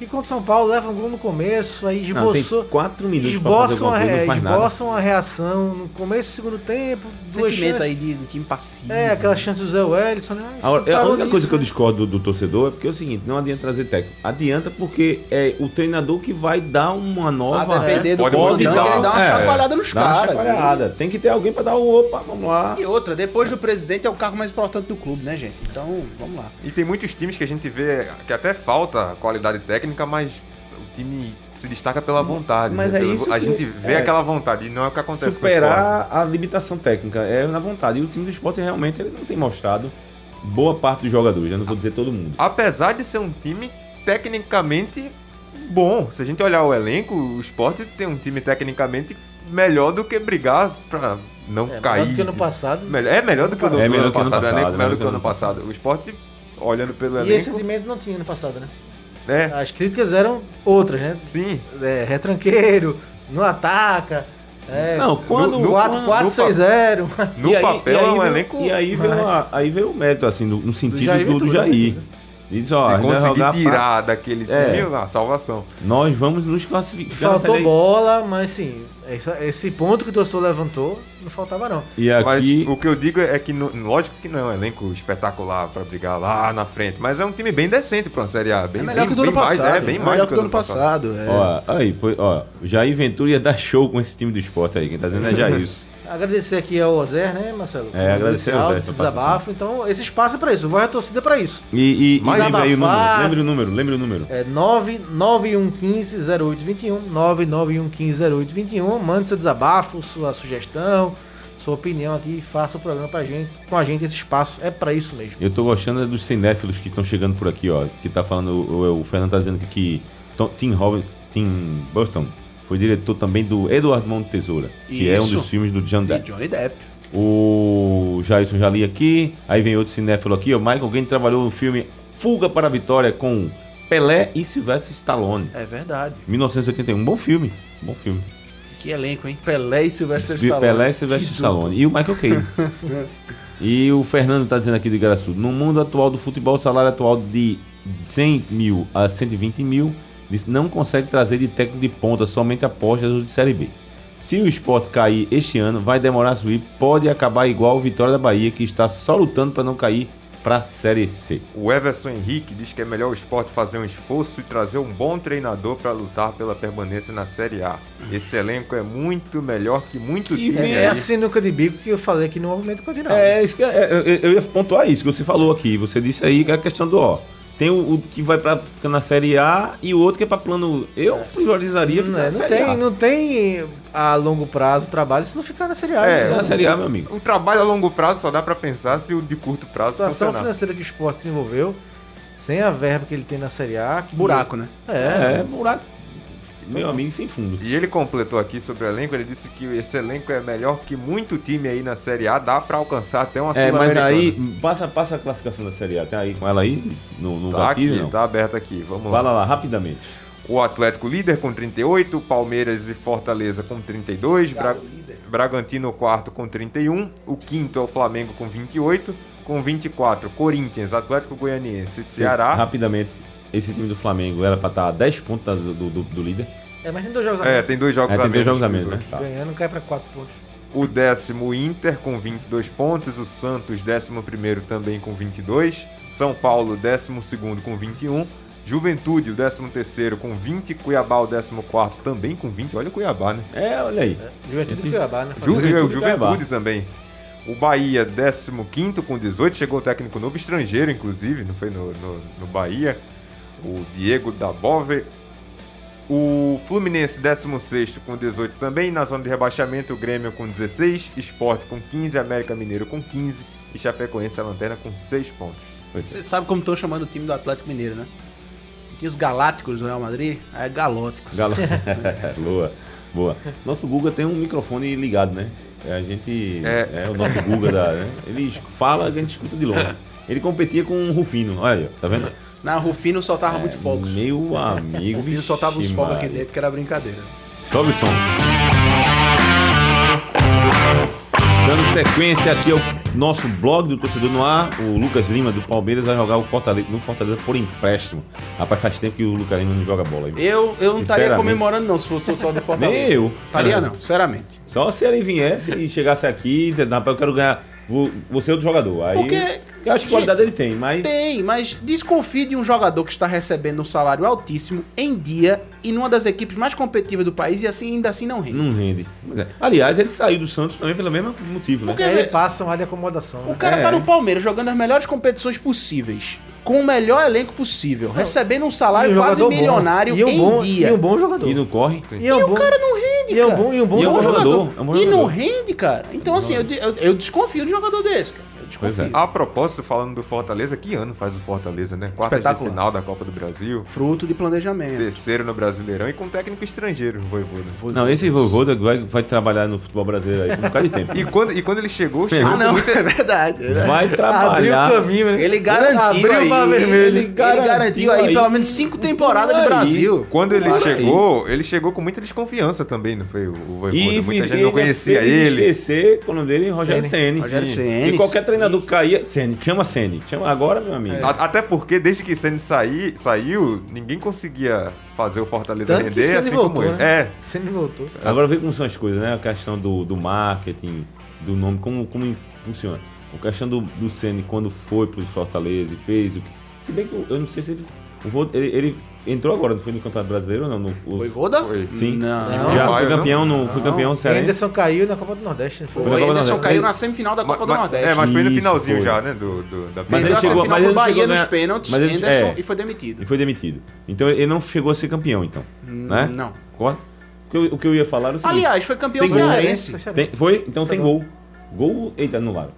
Speaker 3: E contra o São Paulo leva um gol no começo, aí
Speaker 2: Não, tem
Speaker 3: esboçou.
Speaker 2: quatro minutos pra fazer
Speaker 3: Esboçam
Speaker 2: alguma
Speaker 3: a,
Speaker 2: coisa, não
Speaker 3: re-
Speaker 2: faz nada.
Speaker 3: esboçam a reação no começo do segundo tempo. duas
Speaker 5: Sentimento
Speaker 3: chances-
Speaker 5: aí de um time passivo.
Speaker 3: É, aquela chance do Zé Wellison. né? Ah,
Speaker 2: A, é,
Speaker 3: isso
Speaker 2: a
Speaker 3: parou
Speaker 2: única coisa
Speaker 3: nisso,
Speaker 2: que eu
Speaker 3: né?
Speaker 2: discordo do, do torcedor é porque é o seguinte, não adianta trazer técnico. Adianta porque é o treinador que vai dar uma
Speaker 5: A
Speaker 3: né?
Speaker 2: nova.
Speaker 5: depender Tá do
Speaker 4: Pode
Speaker 5: comandante, ele
Speaker 4: mudar,
Speaker 5: dá uma
Speaker 2: é,
Speaker 5: chacoalhada nos
Speaker 2: dá uma
Speaker 5: Ah, caras. né?
Speaker 2: chacoalhada. Tem que ter alguém pra dar o opa, vamos lá.
Speaker 5: E outra, depois do presidente é o carro mais importante do clube, né, gente? Então, vamos lá.
Speaker 4: E tem muitos times que a gente vê que até falta qualidade técnica, mas o time se destaca pela vontade.
Speaker 2: Mas
Speaker 4: né?
Speaker 2: é
Speaker 4: Pelo-
Speaker 2: isso
Speaker 4: a
Speaker 2: que-
Speaker 4: gente vê
Speaker 2: é.
Speaker 4: aquela vontade e não é o que acontece com o esporte.
Speaker 2: superar a limitação técnica. É na vontade. E o time do esporte realmente ele não tem mostrado boa parte dos jogadores. Eu não vou dizer todo mundo.
Speaker 4: Apesar de ser um time tecnicamente bom. Se a gente olhar o elenco, o esporte tem um time tecnicamente melhor do que brigar pra não
Speaker 3: É,
Speaker 4: cair.
Speaker 3: Melhor do que ano passado.
Speaker 4: Melhor- É melhor do que o do
Speaker 2: É melhor
Speaker 4: ano
Speaker 2: que o ano
Speaker 4: passado. o elenco
Speaker 2: passado,
Speaker 4: melhor do que o ano passado. O esporte, olhando pelo
Speaker 3: E esse
Speaker 4: elenco,
Speaker 3: sentimento não tinha ano passado, né?
Speaker 4: é,
Speaker 3: As críticas eram outras, né?
Speaker 4: sim.
Speaker 3: É, retranqueiro, não ataca. É,
Speaker 2: Não, quando-
Speaker 3: no-
Speaker 2: quando-
Speaker 3: no- 4 4
Speaker 4: no pa-
Speaker 3: 6 0 (laughs)
Speaker 4: No
Speaker 2: E aí-
Speaker 4: papel
Speaker 2: e aí
Speaker 4: é um
Speaker 2: veio-
Speaker 4: elenco
Speaker 2: E aí veio,
Speaker 3: Mas-
Speaker 2: a- aí veio o mérito, assim, no, no sentido do
Speaker 3: Jair
Speaker 2: do,
Speaker 3: Ventura,
Speaker 2: Jair.
Speaker 3: né?
Speaker 2: Diz, ó,
Speaker 4: de
Speaker 2: nós vamos
Speaker 4: conseguir
Speaker 2: jogar pra-
Speaker 4: tirar daquele time
Speaker 2: É.
Speaker 4: a salvação.
Speaker 2: Nós vamos nos classificar. na
Speaker 3: Faltou
Speaker 2: Série A.
Speaker 3: bola, mas sim, essa- esse ponto que o torcedor levantou, não faltava não.
Speaker 2: E
Speaker 4: Mas
Speaker 2: aqui.
Speaker 4: o que eu digo é que, no- lógico que não é um elenco espetacular pra brigar lá na frente, mas é um time bem decente pra uma Série A. Bem,
Speaker 5: é melhor
Speaker 4: bem-
Speaker 5: que o do ano
Speaker 4: bem mais,
Speaker 5: passado.
Speaker 4: é, bem
Speaker 5: é
Speaker 4: mais
Speaker 5: melhor que o do ano passado. é.
Speaker 2: Ó, aí, pô, ó, Jair Ventura ia dar show com esse time do esporte aí. Quem tá dizendo é
Speaker 4: (laughs)
Speaker 2: Jair.
Speaker 3: Agradecer aqui ao Ozer, né, Marcelo?
Speaker 2: É, agradecer ao Ozer
Speaker 3: Esse
Speaker 2: pela
Speaker 3: desabafo, então esse espaço é pra isso, o Voz da Torcida é pra isso.
Speaker 2: E, e, e
Speaker 3: Mas
Speaker 2: lembra aí o número.
Speaker 3: abafar-
Speaker 2: Lembra o número, lembra o número.
Speaker 3: É 99115-0821, 99115-0821, mande seu desabafo, sua sugestão, sua opinião aqui, faça o programa pra gente, com a gente, esse espaço é pra isso mesmo.
Speaker 2: Eu tô gostando é dos cinéfilos que estão chegando por aqui, ó. Que tá falando, o, o Fernando tá dizendo que, que Tom- Tim Robbins, Tim Burton foi diretor também do Eduardo Mão de Tesoura, que é um
Speaker 5: Isso.
Speaker 2: dos filmes do John
Speaker 5: E
Speaker 2: Depp.
Speaker 5: Johnny Depp.
Speaker 2: O Jailson já li aqui, aí vem outro cinéfilo aqui, ó. Michael Gane trabalhou no filme Fuga para a Vitória com Pelé e Sylvester Stallone.
Speaker 5: É verdade.
Speaker 2: 1981, bom filme, bom filme.
Speaker 5: Que elenco, hein? Pelé e Sylvester
Speaker 2: De
Speaker 5: Stallone.
Speaker 2: Pelé e Sylvester
Speaker 5: Que
Speaker 2: Stallone. E o Michael Caine. e o Fernando tá dizendo aqui de Garaçu. No mundo atual do futebol, o salário atual de 100 mil a 120 mil diz- não consegue trazer de técnico de ponta, somente apostas ou de Série B. Se o esporte cair este ano, vai demorar a subir, pode acabar igual o Vitória da Bahia, que está só lutando para não cair para a Série C.
Speaker 4: O Everson Henrique diz que é melhor o esporte fazer um esforço e trazer um bom treinador pra lutar pela permanência na Série A. Esse elenco é muito melhor que muito
Speaker 2: E
Speaker 4: time.
Speaker 2: vem
Speaker 4: aí.
Speaker 3: É a sinuca de bico que eu falei aqui no movimento continental.
Speaker 2: É, isso que, é, é, eu ia pontuar isso que você falou aqui. Você disse aí que é a questão do ó. Tem o, o que vai pra, fica na série A e o outro que é pra plano. Eu priorizaria
Speaker 3: Não,
Speaker 2: ficar
Speaker 3: é,
Speaker 2: na
Speaker 3: não
Speaker 2: série
Speaker 3: tem,
Speaker 2: A.
Speaker 3: não tem a longo prazo trabalho se não ficar na Série A.
Speaker 4: É,
Speaker 3: senão
Speaker 2: Ficar na série A, meu amigo.
Speaker 4: O Um trabalho a longo prazo só dá pra pensar se o de curto
Speaker 3: a
Speaker 4: prazo
Speaker 3: situação
Speaker 4: funcionar.
Speaker 3: financeira que o esporte se envolveu, sem a verba que ele tem na Série A. que-
Speaker 5: Buraco, né?
Speaker 3: É,
Speaker 2: É, buraco. Meu amigo sem fundo.
Speaker 4: E ele completou aqui sobre o elenco, ele disse que esse elenco é melhor que muito time aí na Série A, dá pra alcançar até uma
Speaker 2: É, mas
Speaker 4: Sul-Americana.
Speaker 2: aí, passa, passa a classificação da Série A. Tá aí com ela aí? No, no
Speaker 4: Tá
Speaker 2: gatilho,
Speaker 4: aqui,
Speaker 2: não?
Speaker 4: tá aberto aqui, vamos lá.
Speaker 2: Fala lá, rapidamente.
Speaker 4: O Atlético líder com 38, Palmeiras e Fortaleza com 32, Bra- Bragantino quarto com 31, o quinto é o Flamengo com 28, com 24 Corinthians, Atlético Goianiense, e Ceará.
Speaker 2: Rapidamente. Esse time do Flamengo era pra estar a 10 pontos da- do, do, do líder.
Speaker 3: É, mas tem dois jogos a
Speaker 4: É,
Speaker 3: menos.
Speaker 4: tem dois jogos
Speaker 2: É,
Speaker 4: a
Speaker 2: tem
Speaker 4: menos.
Speaker 2: dois jogos a
Speaker 4: que os
Speaker 2: menos, né?
Speaker 4: outros.
Speaker 2: Tá.
Speaker 3: Ganhando cai pra quatro pontos.
Speaker 4: O décimo o Inter com 22 pontos, o Santos décimo primeiro também com 22, São Paulo décimo segundo com 21, Juventude o décimo terceiro com 20, Cuiabá o décimo quarto também com 20. Olha o Cuiabá, né?
Speaker 2: É, olha aí.
Speaker 3: Juventude
Speaker 2: Esse-
Speaker 3: do Cuiabá, né?
Speaker 4: Ju,
Speaker 2: Juventude
Speaker 4: Juventude,
Speaker 2: Cuiabá.
Speaker 4: também. O Bahia, 15 com 18, chegou o técnico novo, estrangeiro, inclusive, não foi no, no, no Bahia. O Diego Dabove. O Fluminense, 16 com 18 também. Na zona de rebaixamento, o Grêmio com 16, Sport com 15, América Mineiro com 15 e Chapecoense, a lanterna, com 6 pontos.
Speaker 5: Você sabe como estão chamando o time do Atlético Mineiro, né? Tem os Galácticos do Real Madrid, aí é Galóticos.
Speaker 2: Galo. (laughs) Boa, boa. Nosso Guga tem um microfone ligado, né? É, A gente. É, o nosso Guga da. né? Ele fala que a gente escuta de longe. Ele competia com o Rufino, olha aí, ó, tá vendo?
Speaker 5: Na Rufino soltava muito fogos.
Speaker 2: Meu amigo.
Speaker 5: O filho
Speaker 2: vixe,
Speaker 5: soltava uns fogos aqui
Speaker 2: É Maria.
Speaker 5: dentro, que era brincadeira.
Speaker 2: Sobe o som. Dando sequência aqui ao nosso blog do Torcedor no Ar, o Lucas Lima do Palmeiras vai jogar o Fortaleza, no Fortaleza por empréstimo. Rapaz, faz tempo que o Lucas Lima não joga bola. viu?
Speaker 5: Eu, eu não estaria
Speaker 2: Sinceramente.
Speaker 5: comemorando, não, se fosse só do
Speaker 2: Nem
Speaker 5: Fortaleza.
Speaker 2: eu.
Speaker 5: Estaria não, sinceramente.
Speaker 2: Só se ele viesse e chegasse aqui, e dissesse, rapaz, eu quero ganhar. Vou, vou ser outro jogador. Aí.
Speaker 5: Porque-
Speaker 2: Eu acho que qualidade ele tem, mas.
Speaker 5: Tem, mas desconfie de um jogador que está recebendo um salário altíssimo em dia e numa das equipes mais competitivas do país e assim ainda assim não rende.
Speaker 2: Não rende. Pois é. Aliás, ele saiu do Santos também pelo mesmo motivo, né?
Speaker 5: Porque-
Speaker 3: E aí ele passa um ar de acomodação.
Speaker 5: O
Speaker 3: Né?
Speaker 5: cara
Speaker 2: É.
Speaker 5: tá no Palmeiras jogando as melhores competições possíveis, com o melhor elenco possível, recebendo um salário
Speaker 3: E um
Speaker 5: quase
Speaker 3: jogador bom.
Speaker 5: milionário
Speaker 3: E um
Speaker 5: em
Speaker 3: bom-
Speaker 5: dia.
Speaker 3: E um bom jogador.
Speaker 2: E não corre.
Speaker 3: E é um bom-
Speaker 5: não rende,
Speaker 3: e é um bom, e um bom
Speaker 2: E é um bom
Speaker 3: jogador.
Speaker 2: jogador. É um bom
Speaker 5: E não
Speaker 2: jogador.
Speaker 5: rende, cara. Então, assim, eu, de- eu, eu desconfio de um jogador desse, cara. Eu
Speaker 2: Pois
Speaker 5: desconfio.
Speaker 2: é.
Speaker 4: A propósito, falando do Fortaleza, que ano faz o Fortaleza, né? Quartas de
Speaker 5: Espetacular.
Speaker 4: final da Copa do Brasil,
Speaker 5: Fruto de planejamento.
Speaker 4: terceiro no Brasileirão e com técnico estrangeiro, o Voivoda.
Speaker 2: Não, esse Voivoda vai, vai trabalhar no futebol brasileiro aí por um bocado de tempo.
Speaker 4: (laughs) E quando, e quando ele chegou, chegou
Speaker 5: Ah,
Speaker 4: com
Speaker 5: não, (laughs)
Speaker 4: muita-
Speaker 5: é verdade.
Speaker 2: Vai
Speaker 3: Abriu o
Speaker 2: trabalhar.
Speaker 3: caminho, né?
Speaker 5: Ele garantiu
Speaker 3: Abriu o
Speaker 5: aí.
Speaker 3: mar vermelho.
Speaker 5: Ele garantiu aí pelo menos cinco temporadas de
Speaker 2: Aí,
Speaker 5: Brasil.
Speaker 4: Quando ele
Speaker 5: Olha aí.
Speaker 4: chegou, ele chegou com muita desconfiança também, não foi o o Voivoda?
Speaker 2: E
Speaker 4: Muita
Speaker 2: fez-
Speaker 4: gente não
Speaker 2: ele
Speaker 4: conhecia
Speaker 2: fez
Speaker 4: ele.
Speaker 2: Esquecer o nome dele, Rogério Ceni.
Speaker 5: Rogério
Speaker 2: Sim.
Speaker 5: Ceni.
Speaker 2: E qualquer treinador que caía, Ceni, chama Ceni, chama agora meu amigo.
Speaker 4: A- Até porque desde que Ceni saí, saiu, ninguém conseguia fazer o Fortaleza
Speaker 3: Tanto que
Speaker 4: render
Speaker 3: Ceni
Speaker 4: assim como
Speaker 3: voltou,
Speaker 4: ele.
Speaker 3: né?
Speaker 4: É.
Speaker 3: Você não voltou.
Speaker 2: Agora vê como são as coisas, né? A questão do, do marketing, do nome, como, como funciona. A questão do, do Ceni quando foi pro Fortaleza e fez o que. Se bem que eu, eu não sei se ele, o Vo- ele. ele entrou agora, não foi no Campeonato Brasileiro ou não? No, o-
Speaker 5: Voivoda?
Speaker 4: Foi.
Speaker 2: Sim.
Speaker 5: Não.
Speaker 2: Já
Speaker 4: Não,
Speaker 2: foi
Speaker 4: não.
Speaker 2: campeão, no, foi
Speaker 5: Não.
Speaker 2: campeão
Speaker 3: O
Speaker 2: cearense.
Speaker 3: Anderson caiu na Copa do Nordeste, não foi?
Speaker 5: O
Speaker 2: Foi.
Speaker 5: Anderson
Speaker 2: Mas-
Speaker 5: caiu na semifinal da
Speaker 4: Ma-
Speaker 5: Copa
Speaker 4: ma-
Speaker 5: do Nordeste.
Speaker 4: É, mas foi no
Speaker 2: Isso,
Speaker 4: finalzinho
Speaker 2: foi.
Speaker 4: já, né? Do, do- da
Speaker 2: Mas
Speaker 5: Perdeu
Speaker 2: ele chegou-
Speaker 5: a semifinal
Speaker 2: mas
Speaker 5: pro
Speaker 2: ele chegou
Speaker 5: Bahia
Speaker 2: a ganhar-
Speaker 5: nos pênaltis,
Speaker 2: mas ele-
Speaker 5: Anderson,
Speaker 2: é.
Speaker 5: e foi demitido.
Speaker 2: E foi demitido. Então ele não chegou a ser campeão, então. Né?
Speaker 5: Não.
Speaker 2: Concorda? O que eu, o que eu ia falar era o seguinte.
Speaker 5: Aliás, foi campeão
Speaker 2: Tem gol,
Speaker 5: cearense.
Speaker 3: Foi
Speaker 2: Tem-
Speaker 3: cearense.
Speaker 2: foi? Então
Speaker 3: Você
Speaker 2: tem
Speaker 3: não-
Speaker 2: gol. Gol. Eita, anularam.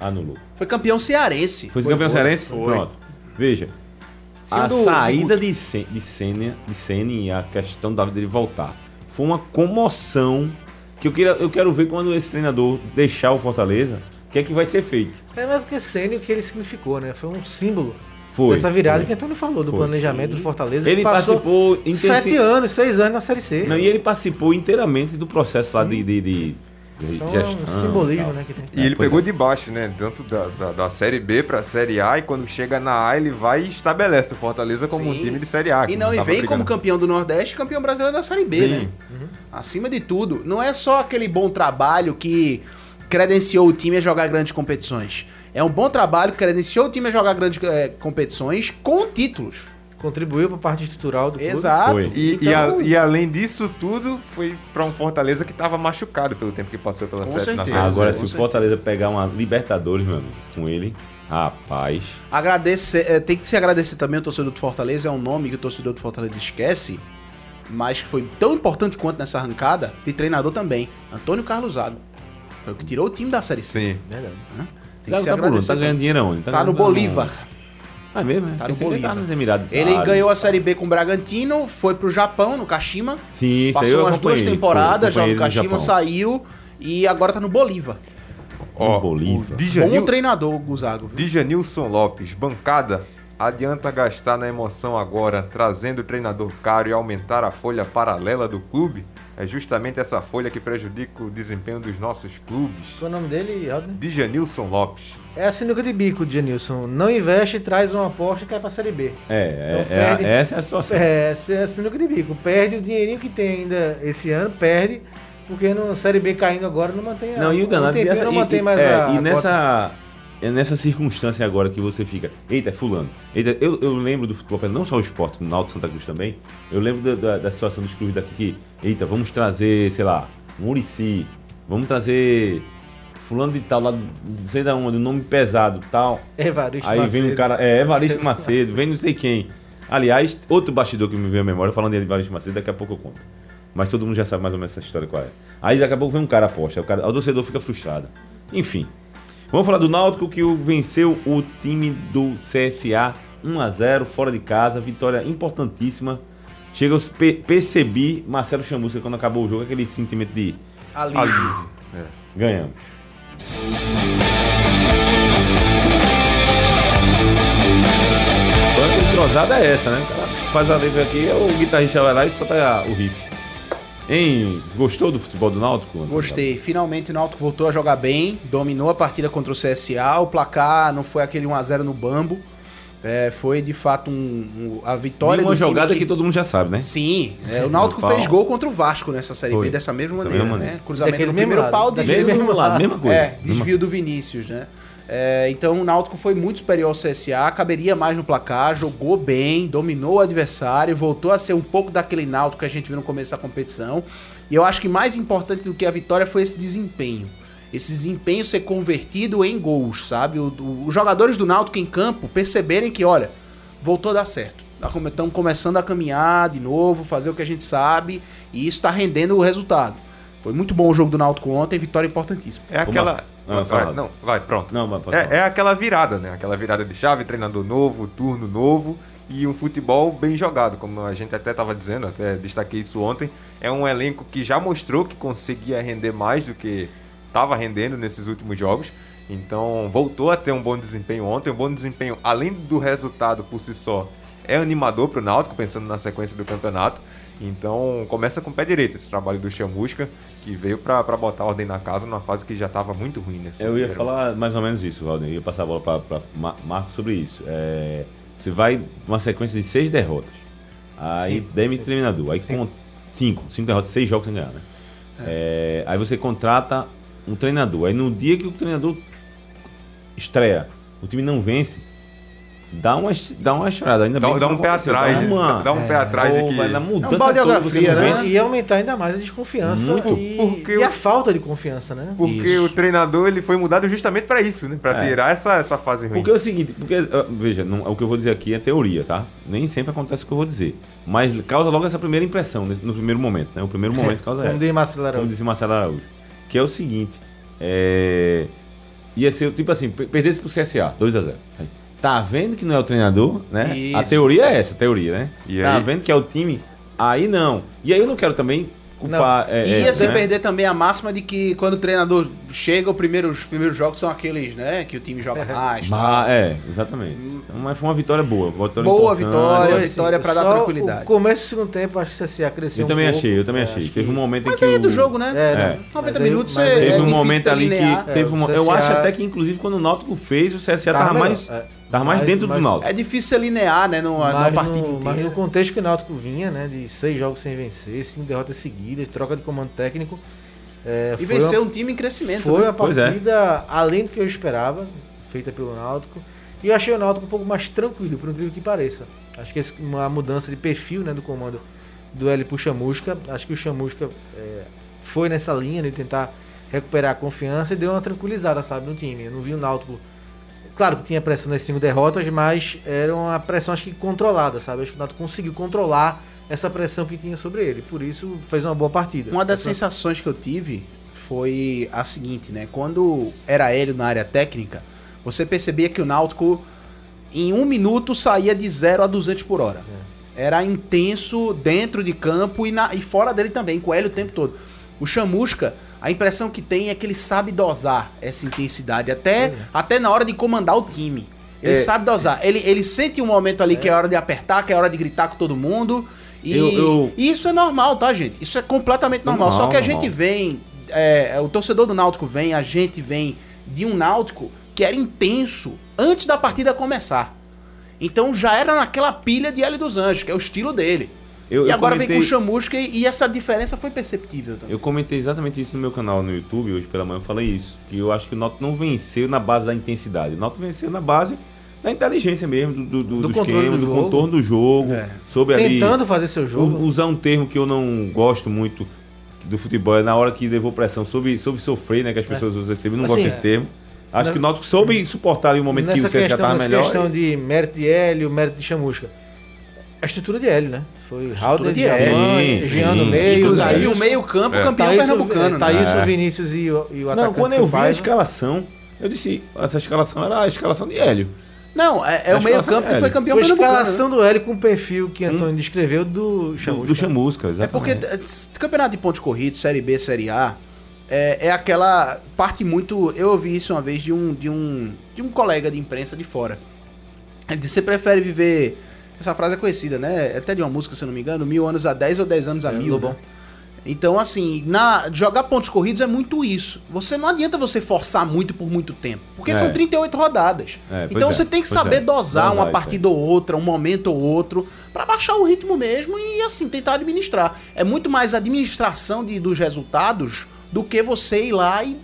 Speaker 2: Anulou.
Speaker 5: Foi campeão cearense.
Speaker 2: Foi, campeão
Speaker 5: Voivoda.
Speaker 2: cearense? Pronto. Veja.
Speaker 5: Cima
Speaker 2: a
Speaker 5: do- do
Speaker 2: saída de Sen- de Senna, de Senna e a questão da vida dele voltar foi uma comoção que eu, queria, eu quero ver quando esse treinador deixar o Fortaleza, o que é que vai ser feito.
Speaker 3: É, mas porque Ceni, o que ele significou, né? Foi um símbolo
Speaker 2: Foi.
Speaker 3: dessa virada
Speaker 2: foi.
Speaker 3: que Antônio falou, do
Speaker 2: Foi.
Speaker 3: planejamento do Fortaleza.
Speaker 2: Ele
Speaker 3: que passou
Speaker 2: participou intensi-
Speaker 3: sete anos, seis anos na Série C.
Speaker 2: Não, e ele participou inteiramente do processo lá de, de, de
Speaker 3: então
Speaker 2: gestão.
Speaker 3: é um
Speaker 2: e
Speaker 3: simbolismo
Speaker 2: tal.
Speaker 3: né, que tem.
Speaker 4: E ele
Speaker 2: pois
Speaker 4: pegou
Speaker 2: é.
Speaker 4: de baixo, né? Tanto da, da, da Série B pra Série A, e quando chega na A, ele vai e estabelece o Fortaleza como um
Speaker 5: Sim.
Speaker 4: time de Série A. que
Speaker 5: E não, e
Speaker 4: tava
Speaker 5: vem como
Speaker 4: brigando.
Speaker 5: campeão do Nordeste e campeão brasileiro da Série B,
Speaker 4: Sim.
Speaker 5: né? Acima de tudo, não é só aquele bom trabalho que credenciou o time a jogar grandes competições. É um bom trabalho que credenciou o time a jogar grandes eh, competições com títulos.
Speaker 3: Contribuiu para a parte estrutural do clube.
Speaker 5: Exato.
Speaker 2: Foi.
Speaker 4: E, e
Speaker 5: Então,
Speaker 4: a- e além disso tudo, foi pra um Fortaleza que tava machucado pelo tempo que passou pela
Speaker 5: Com
Speaker 4: série, na
Speaker 5: certeza.
Speaker 4: Série C.
Speaker 2: Agora,
Speaker 5: com
Speaker 2: se o
Speaker 5: certeza.
Speaker 2: Fortaleza pegar uma Libertadores, meu amigo, com ele, rapaz.
Speaker 5: agradecer, eh, tem que se agradecer também ao torcedor do Fortaleza, é um nome que o torcedor do Fortaleza esquece, mas que foi tão importante quanto nessa arrancada, de treinador também, Antônio Carlos Zago. Foi o que tirou o time da Série C.
Speaker 4: Sim.
Speaker 5: Né? Tem que
Speaker 2: Zago
Speaker 5: se
Speaker 2: tá, por onde?
Speaker 5: agradecer
Speaker 2: tá
Speaker 5: também.
Speaker 2: ganhando dinheiro onde?
Speaker 5: Tá no
Speaker 2: ganhando-
Speaker 5: Bolívar.
Speaker 2: Ah, mesmo?
Speaker 5: Tá no
Speaker 2: Pensei que ele
Speaker 5: Bolívar.
Speaker 2: nos Emirados
Speaker 5: Ele
Speaker 2: Árabes.
Speaker 5: ganhou a Série B com o Bragantino, foi pro Japão, no Kashima.
Speaker 2: Sim, isso aí eu
Speaker 5: passou umas duas
Speaker 2: acompanhei, foi,
Speaker 5: temporadas já
Speaker 2: acompanhei
Speaker 5: no
Speaker 2: ele
Speaker 5: Kashima,
Speaker 2: Japão.
Speaker 5: saiu e agora tá no Bolívar.
Speaker 4: Ó,
Speaker 2: Em Bolívia.
Speaker 4: o
Speaker 5: Bom
Speaker 4: Djanil,
Speaker 5: treinador, o Guzago. viu?
Speaker 4: Djanilson Lopes, bancada. Adianta gastar na emoção agora, trazendo o treinador caro e aumentar a folha paralela do clube? É justamente essa folha que prejudica o desempenho dos nossos clubes.
Speaker 3: Qual é o nome dele, Alden?
Speaker 4: Djanilson Lopes.
Speaker 3: É a sinuca de bico, Janilson. Não investe, traz uma aposta e cai pra Série B.
Speaker 2: É,
Speaker 3: Então
Speaker 2: é, é
Speaker 3: perde.
Speaker 2: essa é a situação.
Speaker 3: É, essa é a sinuca de bico. Perde o dinheirinho que tem ainda esse ano, perde, porque no Série B caindo agora não mantém a.
Speaker 2: Não, e o danado
Speaker 3: tempinho
Speaker 2: dessa-
Speaker 3: não
Speaker 2: e-
Speaker 3: mantém
Speaker 2: e-
Speaker 3: mais
Speaker 2: é,
Speaker 3: a.
Speaker 2: E
Speaker 3: a cota.
Speaker 2: nessa, é nessa circunstância agora que você fica, eita, é fulano. Eita, eu, eu lembro do futebol, não só o esporte, no Náutico Santa Cruz também. Eu lembro da, da, da situação dos clubes daqui que, eita, vamos trazer, sei lá, Murici, vamos trazer fulano de tal, lá, do- não sei da onde, um nome pesado tal.
Speaker 3: É, Evaristo
Speaker 2: Aí vem um
Speaker 3: Macedo.
Speaker 2: cara, é, Evaristo Macedo, vem não sei quem. Aliás, outro bastidor que me veio à memória, falando de Evaristo Macedo, daqui a pouco eu conto. Mas todo mundo já sabe mais ou menos essa história qual é. Aí daqui a pouco vem um cara aposta, o, cara, o torcedor fica frustrado. Enfim, vamos falar do Náutico que o- venceu o time do CSA 1 a 0 fora de casa, vitória importantíssima. Chega, eu pe- percebi Marcelo Chamusca quando acabou o jogo, aquele sentimento de
Speaker 5: Ali.
Speaker 2: ganhamos. Banca entrosada é essa, né? O cara faz a letra aqui, o guitarrista vai lá e solta o riff. Hein? Gostou do futebol do Náutico? Antônio?
Speaker 5: Gostei. Finalmente o Náutico voltou a jogar bem, dominou a partida contra o CSA. O placar não foi aquele 1x0 no bambo. É, foi de fato um, um- a vitória
Speaker 2: E uma
Speaker 5: do time
Speaker 2: jogada que... todo mundo já sabe, né?
Speaker 5: Sim,
Speaker 2: (laughs)
Speaker 5: é, o Náutico
Speaker 2: Pau.
Speaker 5: fez gol contra o Vasco nessa série
Speaker 2: Foi.
Speaker 5: B dessa mesma
Speaker 2: Dessa
Speaker 5: maneira,
Speaker 2: mesma
Speaker 5: né?
Speaker 2: maneira.
Speaker 5: Cruzamento
Speaker 3: Daquele
Speaker 5: no
Speaker 3: mesmo
Speaker 5: primeiro
Speaker 3: lado.
Speaker 5: pau, desvio
Speaker 2: Mesmo, mesmo lado, mesma coisa.
Speaker 5: É,
Speaker 2: Mesma-
Speaker 5: desvio do Vinícius, né? É, então o Náutico foi muito superior ao CSA, caberia mais no placar, jogou bem, dominou o adversário, voltou a ser um pouco daquele Náutico que a gente viu no começo da competição. E eu acho que mais importante do que a vitória foi esse desempenho. Esse desempenho ser convertido em gols, sabe? O- o- os jogadores do Náutico em campo perceberem que, olha, voltou a dar certo. Estamos começando a caminhar de novo, fazer o que a gente sabe, e isso está rendendo o resultado. Foi muito bom o jogo do Náutico ontem, vitória importantíssima.
Speaker 4: É
Speaker 2: Vamos
Speaker 4: aquela.
Speaker 2: lá. Ah, fala.
Speaker 4: Vai, não, vai, pronto.
Speaker 2: Não, mas pode falar.
Speaker 4: É, é aquela virada, né? Aquela virada de chave, treinador novo, turno novo e um futebol bem jogado, como a gente até estava dizendo, até destaquei isso ontem. É um elenco que já mostrou que conseguia render mais do que estava rendendo nesses últimos jogos. Então voltou a ter um bom desempenho ontem, um bom desempenho além do resultado por si só é animador para o Náutico pensando na sequência do campeonato. Então começa com o pé direito esse trabalho do Chamusca que veio para botar ordem na casa numa fase que já estava muito ruim nesse.
Speaker 2: Eu ia
Speaker 4: primeiro
Speaker 2: falar mais ou menos isso, Valdir. Eu ia passar a bola para Marco sobre isso. É, você vai uma sequência de seis derrotas. Aí
Speaker 3: Cinco,
Speaker 2: demi
Speaker 3: cinco.
Speaker 2: treinador. Aí
Speaker 3: Cinco.
Speaker 2: com cinco, cinco derrotas, seis jogos sem ganhar, né? É, aí você contrata um treinador. Aí no dia que o treinador estreia, o time não vence, dá uma, dá uma chorada. Ainda bem
Speaker 4: Dá,
Speaker 2: que
Speaker 4: dá
Speaker 2: não
Speaker 4: um pé
Speaker 2: aconteceu.
Speaker 4: atrás,
Speaker 2: Dá
Speaker 4: né?
Speaker 2: uma, É.
Speaker 4: dá um pé atrás de
Speaker 2: Pô,
Speaker 4: que
Speaker 2: vai na mudança
Speaker 5: balde de
Speaker 2: toda, você não
Speaker 5: geografia, né?
Speaker 2: vence.
Speaker 3: E aumentar ainda mais a desconfiança
Speaker 2: Muito.
Speaker 3: e,
Speaker 4: Porque
Speaker 3: e
Speaker 4: o-
Speaker 3: a falta de confiança, né?
Speaker 4: porque
Speaker 2: Isso.
Speaker 4: o treinador ele foi mudado justamente pra isso, né? Pra
Speaker 2: É.
Speaker 4: tirar essa essa fase ruim.
Speaker 2: Porque é o seguinte, porque, ah, veja, não- o que eu vou dizer aqui é teoria, tá? Nem sempre acontece o que eu vou dizer. Mas causa logo essa primeira impressão, nesse- no primeiro momento, né? O
Speaker 5: É,
Speaker 2: primeiro momento
Speaker 5: um
Speaker 2: causa
Speaker 3: Como
Speaker 2: essa.
Speaker 3: diz Marcelo
Speaker 2: Como
Speaker 3: Araújo.
Speaker 2: disse Marcelo Araújo. Que é o seguinte, é... Ia ser, tipo assim, per- perdesse pro CSA, 2x0. Tá vendo que não é o treinador, né? a
Speaker 5: Isso,
Speaker 2: teoria é essa, a teoria, né?
Speaker 4: E
Speaker 2: tá
Speaker 4: aí?
Speaker 2: vendo que é o time? Aí não. E aí eu não quero também culpar... é,
Speaker 5: E
Speaker 2: é,
Speaker 5: ia se
Speaker 2: né?
Speaker 5: perder também a máxima de que quando o treinador chega, o primeiro- os primeiros jogos são aqueles, né? Que o time joga mais.
Speaker 2: Mas,
Speaker 5: tal.
Speaker 2: é, exatamente. Então, mas foi uma vitória boa. uma vitória
Speaker 5: Boa
Speaker 2: importante.
Speaker 5: vitória,
Speaker 3: Mas,
Speaker 5: vitória pra dar
Speaker 3: assim, só
Speaker 5: tranquilidade.
Speaker 3: O começo do segundo tempo, acho que o CSA cresceu.
Speaker 2: Eu
Speaker 3: um
Speaker 2: também
Speaker 3: pouco.
Speaker 2: achei, eu também
Speaker 3: É,
Speaker 2: achei.
Speaker 3: acho
Speaker 2: Teve um
Speaker 3: que-
Speaker 2: momento em
Speaker 5: Mas
Speaker 2: que
Speaker 5: aí é
Speaker 2: o-
Speaker 5: do jogo, né?
Speaker 3: É,
Speaker 2: É.
Speaker 3: não,
Speaker 5: 90
Speaker 3: mas aí-
Speaker 5: minutos
Speaker 3: mas aí-
Speaker 5: é-
Speaker 2: Teve um
Speaker 5: difícil
Speaker 2: momento ali
Speaker 5: delinear.
Speaker 2: que teve
Speaker 3: É, o
Speaker 2: uma, eu
Speaker 3: CSA
Speaker 2: acho até que inclusive quando o Náutico fez, o CSA tava,
Speaker 3: melhor,
Speaker 2: mais
Speaker 3: é.
Speaker 2: tava mais
Speaker 3: Mas-
Speaker 2: dentro
Speaker 3: mas-
Speaker 2: do Náutico.
Speaker 5: É difícil alinear, né? Numa, numa
Speaker 3: Mas
Speaker 5: partida
Speaker 3: no, mas no
Speaker 5: inteira.
Speaker 3: contexto que o Náutico vinha, né? De seis jogos sem vencer, cinco derrotas seguidas, troca de comando técnico. é,
Speaker 5: E
Speaker 3: foi
Speaker 5: vencer
Speaker 3: uma-
Speaker 5: um time em crescimento.
Speaker 3: Foi
Speaker 5: né?
Speaker 3: uma
Speaker 2: Pois é.
Speaker 3: partida além do que eu esperava, feita pelo Náutico. E eu achei o Náutico um pouco mais tranquilo, por incrível que pareça. Acho que esse- uma mudança de perfil né, do comando do L pro Chamusca. Acho que o Chamusca é, foi nessa linha de tentar recuperar a confiança e deu uma tranquilizada, sabe, no time. Eu não vi o Náutico. Claro que tinha pressão nas cinco derrotas, mas era uma pressão acho que controlada, sabe? Acho que o Náutico conseguiu controlar essa pressão que tinha sobre ele. Por isso fez uma boa partida. Tá
Speaker 5: Uma das
Speaker 3: Essa-
Speaker 5: sensações que eu tive foi a seguinte, né? Quando era ele na área técnica, você percebia que o Náutico em um minuto saía de 0 a 200 por hora. Era intenso dentro de campo e, na- e fora dele também, com o Hélio o tempo todo. O Chamusca, a impressão que tem é que ele sabe dosar essa intensidade, até, até na hora de comandar o time. Ele
Speaker 3: É.
Speaker 5: sabe dosar. Ele, ele sente um momento ali que é hora de apertar, que é hora de gritar com todo mundo. E
Speaker 3: Eu- eu-
Speaker 5: e isso é normal, tá, gente? Isso é completamente normal.
Speaker 4: Normal,
Speaker 5: Só que a
Speaker 4: normal.
Speaker 5: gente vem, é, o torcedor do Náutico vem, a gente vem de um Náutico que era intenso antes da partida começar. Então já era naquela pilha de L dos Anjos, que é o estilo dele.
Speaker 2: Eu-
Speaker 5: e
Speaker 2: eu
Speaker 5: agora vem com o
Speaker 2: comentei-
Speaker 5: Chamusca e, e essa diferença foi perceptível também.
Speaker 2: Eu comentei exatamente isso no meu canal no YouTube, hoje pela manhã eu falei isso. Que eu acho que o Náutico não venceu na base da intensidade. O Náutico venceu na base da inteligência mesmo, do, do, do,
Speaker 3: Do
Speaker 2: do
Speaker 3: controle
Speaker 2: esquema,
Speaker 3: do
Speaker 2: do,
Speaker 3: jogo.
Speaker 2: contorno do jogo.
Speaker 5: É.
Speaker 2: Sobre
Speaker 3: Tentando
Speaker 2: ali,
Speaker 3: fazer seu
Speaker 2: u-
Speaker 3: jogo.
Speaker 2: usar um termo que eu não gosto muito do futebol, é na hora que levou pressão, sobre, sobre sofrer, né? Que as pessoas usam esse termo, eu não
Speaker 3: É. Assim,
Speaker 2: gosto desse termo. Acho
Speaker 3: na-
Speaker 2: que o Náutico soube suportar ali o momento que o CSA estava
Speaker 3: nessa
Speaker 2: melhor.
Speaker 3: questão de mérito de Hélio, mérito de Chamusca. A estrutura de Hélio, né? Foi Raul
Speaker 5: de
Speaker 3: de Hélio,
Speaker 2: Hélio.
Speaker 3: Jean
Speaker 2: Sim,
Speaker 3: no
Speaker 2: sim.
Speaker 3: meio. tá
Speaker 2: Tá
Speaker 5: Inclusive
Speaker 3: Thaílson-
Speaker 5: o meio-campo campeão
Speaker 3: Thaílson-
Speaker 5: pernambucano. né?
Speaker 3: Thaílson,
Speaker 2: É.
Speaker 3: tá Vinícius e o, e o atacante.
Speaker 2: Não, quando eu vi é a
Speaker 3: Sampaio.
Speaker 2: escalação, eu disse, essa escalação era a escalação de Hélio.
Speaker 5: Não, é, é o
Speaker 2: Acho que
Speaker 5: meio-campo
Speaker 2: ela-
Speaker 5: que foi campeão
Speaker 3: Foi a
Speaker 5: pernambucano. né?
Speaker 3: escalação do Hélio com o perfil que Antônio descreveu do
Speaker 2: Do,
Speaker 3: Chamusca.
Speaker 2: Hum? do Chamusca,
Speaker 5: É porque
Speaker 2: exatamente.
Speaker 5: eh, s- campeonato de pontos corridos, Série B, Série A, é, é aquela parte muito. Eu ouvi isso uma vez de um, de um, de um colega de imprensa de fora. Ele disse: Você prefere viver. Essa frase é conhecida, né? É Até de uma música, se eu não me engano, mil anos a dez ou dez
Speaker 2: É,
Speaker 5: anos a mil.
Speaker 3: Lobão.
Speaker 5: né? Então, assim, na, jogar pontos corridos é muito isso. Você não adianta você forçar muito por muito tempo. Porque
Speaker 2: É.
Speaker 5: são 38 rodadas.
Speaker 2: É, pois
Speaker 5: então
Speaker 2: é,
Speaker 5: você tem que
Speaker 2: pois
Speaker 5: saber
Speaker 2: é. então.
Speaker 5: dosar
Speaker 2: Dosar
Speaker 5: uma
Speaker 2: isso,
Speaker 5: partida ou outra, um momento ou outro, pra baixar o ritmo mesmo e assim tentar administrar. É muito mais a administração de, dos resultados do que você ir lá e,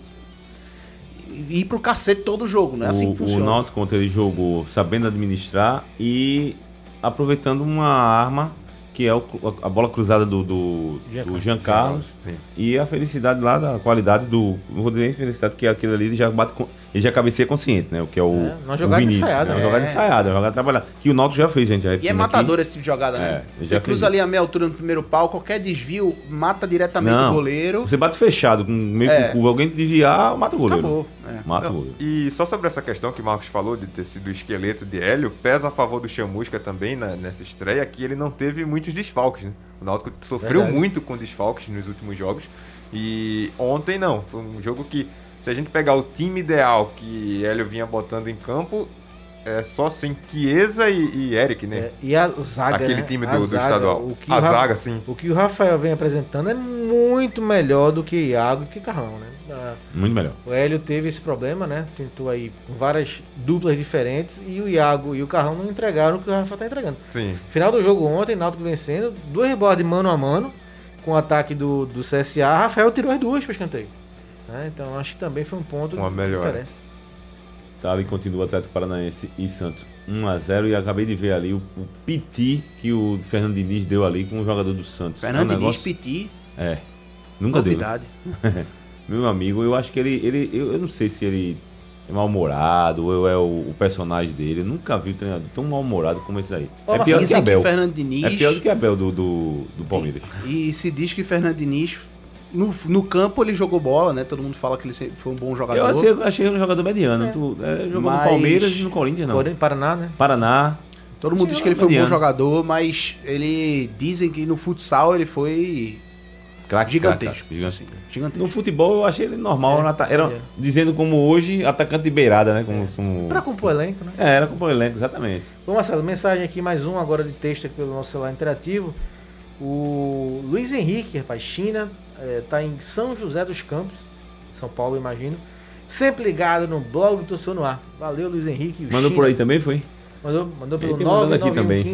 Speaker 5: e ir pro cacete todo jogo, né? É assim
Speaker 2: o,
Speaker 5: que funciona.
Speaker 2: O Náutico contra ele jogou sabendo administrar e aproveitando uma arma que é o- a bola cruzada do, do, do Jean Carlos
Speaker 4: Sim.
Speaker 2: e a felicidade lá da qualidade do não vou dizer nem felicidade que é aquilo ali ele já bate com, ele já cabeceia consciente, né? O que é o,
Speaker 3: É, uma
Speaker 2: o
Speaker 3: jogada
Speaker 2: Vinícius,
Speaker 3: ensaiada,
Speaker 2: né? Uma
Speaker 3: né?
Speaker 2: jogada
Speaker 5: É.
Speaker 2: ensaiada, uma jogada trabalhada que o Náutico já fez, gente. já
Speaker 5: E é
Speaker 2: repetindo aqui.
Speaker 5: matador esse tipo de jogada, né?
Speaker 2: É, eu
Speaker 5: você
Speaker 2: já
Speaker 5: cruza
Speaker 2: fiz.
Speaker 5: ali a meia altura no primeiro pau, qualquer desvio mata diretamente
Speaker 2: Não.
Speaker 5: o goleiro.
Speaker 2: Você bate fechado com meio
Speaker 5: É.
Speaker 2: com curva, alguém desviar, mata o goleiro.
Speaker 5: Acabou. É.
Speaker 2: Mata o
Speaker 4: Não,
Speaker 2: goleiro.
Speaker 4: e só sobre essa questão que o Marcos falou de ter sido o esqueleto de Hélio, pesa a favor do Chamusca também na- nessa estreia que ele não teve muitos desfalques. Né? O Náutico sofreu
Speaker 5: Verdade.
Speaker 4: muito com desfalques nos últimos jogos e ontem não. Foi um jogo que, se a gente pegar o time ideal que Hélio vinha botando em campo, é só sem Chiesa e, e Eric, né?
Speaker 3: É, e a zaga,
Speaker 4: Aquele
Speaker 3: né?
Speaker 4: time
Speaker 3: A
Speaker 4: do, do
Speaker 3: zaga,
Speaker 4: estadual.
Speaker 3: O que
Speaker 4: a
Speaker 3: o Ra-
Speaker 4: zaga, sim.
Speaker 3: O que o Rafael vem apresentando é muito melhor do que Iago e que Carlão, né? Ah,
Speaker 2: Muito melhor.
Speaker 3: O Hélio teve esse problema, né? Tentou aí com várias duplas diferentes e o Iago e o Carlão não entregaram o que o Rafael tá entregando.
Speaker 4: Sim.
Speaker 3: Final do jogo ontem, Náutico vencendo, duas rebotes mano a mano com o ataque do, do CSA. Rafael tirou as duas para escanteio. né? Então acho que também foi um ponto
Speaker 4: Uma
Speaker 3: de
Speaker 4: melhora.
Speaker 3: diferença.
Speaker 2: Tá ali, continua o Atlético Paranaense e Santos 1x0. E acabei de ver ali o, o piti que o Fernando Diniz deu ali com o jogador do Santos.
Speaker 5: Fernando
Speaker 2: É um
Speaker 5: Diniz,
Speaker 2: negócio-
Speaker 5: Piti,
Speaker 2: É. Nunca deu. né?
Speaker 5: novidade.
Speaker 2: Meu amigo, eu acho que ele. ele eu, eu não sei se ele é mal-humorado ou é o, o personagem dele. Eu nunca vi o treinador tão mal-humorado como esse aí.
Speaker 3: Ó,
Speaker 2: é
Speaker 3: mas
Speaker 2: pior do que
Speaker 5: Dizem que
Speaker 2: Abel.
Speaker 5: Fernando Diniz...
Speaker 2: É pior do que Abel do, do, do Palmeiras.
Speaker 5: E se diz que Fernando Diniz, no, no campo ele jogou bola, né? Todo mundo fala que ele sempre foi um bom jogador.
Speaker 2: Eu achei, achei um jogador mediano. Tu, é, jogou no
Speaker 5: Mas-
Speaker 2: Palmeiras e no Corinthians, não.
Speaker 3: Porém, Paraná, né?
Speaker 2: Paraná.
Speaker 5: Todo mundo diz que ele foi um bom jogador, mas ele dizem que no futsal ele foi
Speaker 2: Craque,
Speaker 5: gigantesco.
Speaker 2: craque, gigantesco.
Speaker 5: assim, gigantesco.
Speaker 2: No futebol eu achei ele normal.
Speaker 3: É,
Speaker 2: na ta- era,
Speaker 3: é.
Speaker 2: Dizendo como hoje, atacante de beirada, né? Como, como-
Speaker 3: Para compor elenco, né?
Speaker 2: É, era como o elenco, exatamente.
Speaker 3: Bom, Marcelo, mensagem aqui, mais um agora de texto aqui pelo nosso celular interativo. O Luiz Henrique, rapaz, China, está em São José dos Campos, São Paulo, imagino. Sempre ligado no blog do Torcedor no Ar. Valeu, Luiz Henrique. o
Speaker 2: Mandou
Speaker 3: China.
Speaker 2: por aí também, foi?
Speaker 3: Mandou, mandou
Speaker 2: Ele
Speaker 3: pelo
Speaker 2: tem mandado aqui também.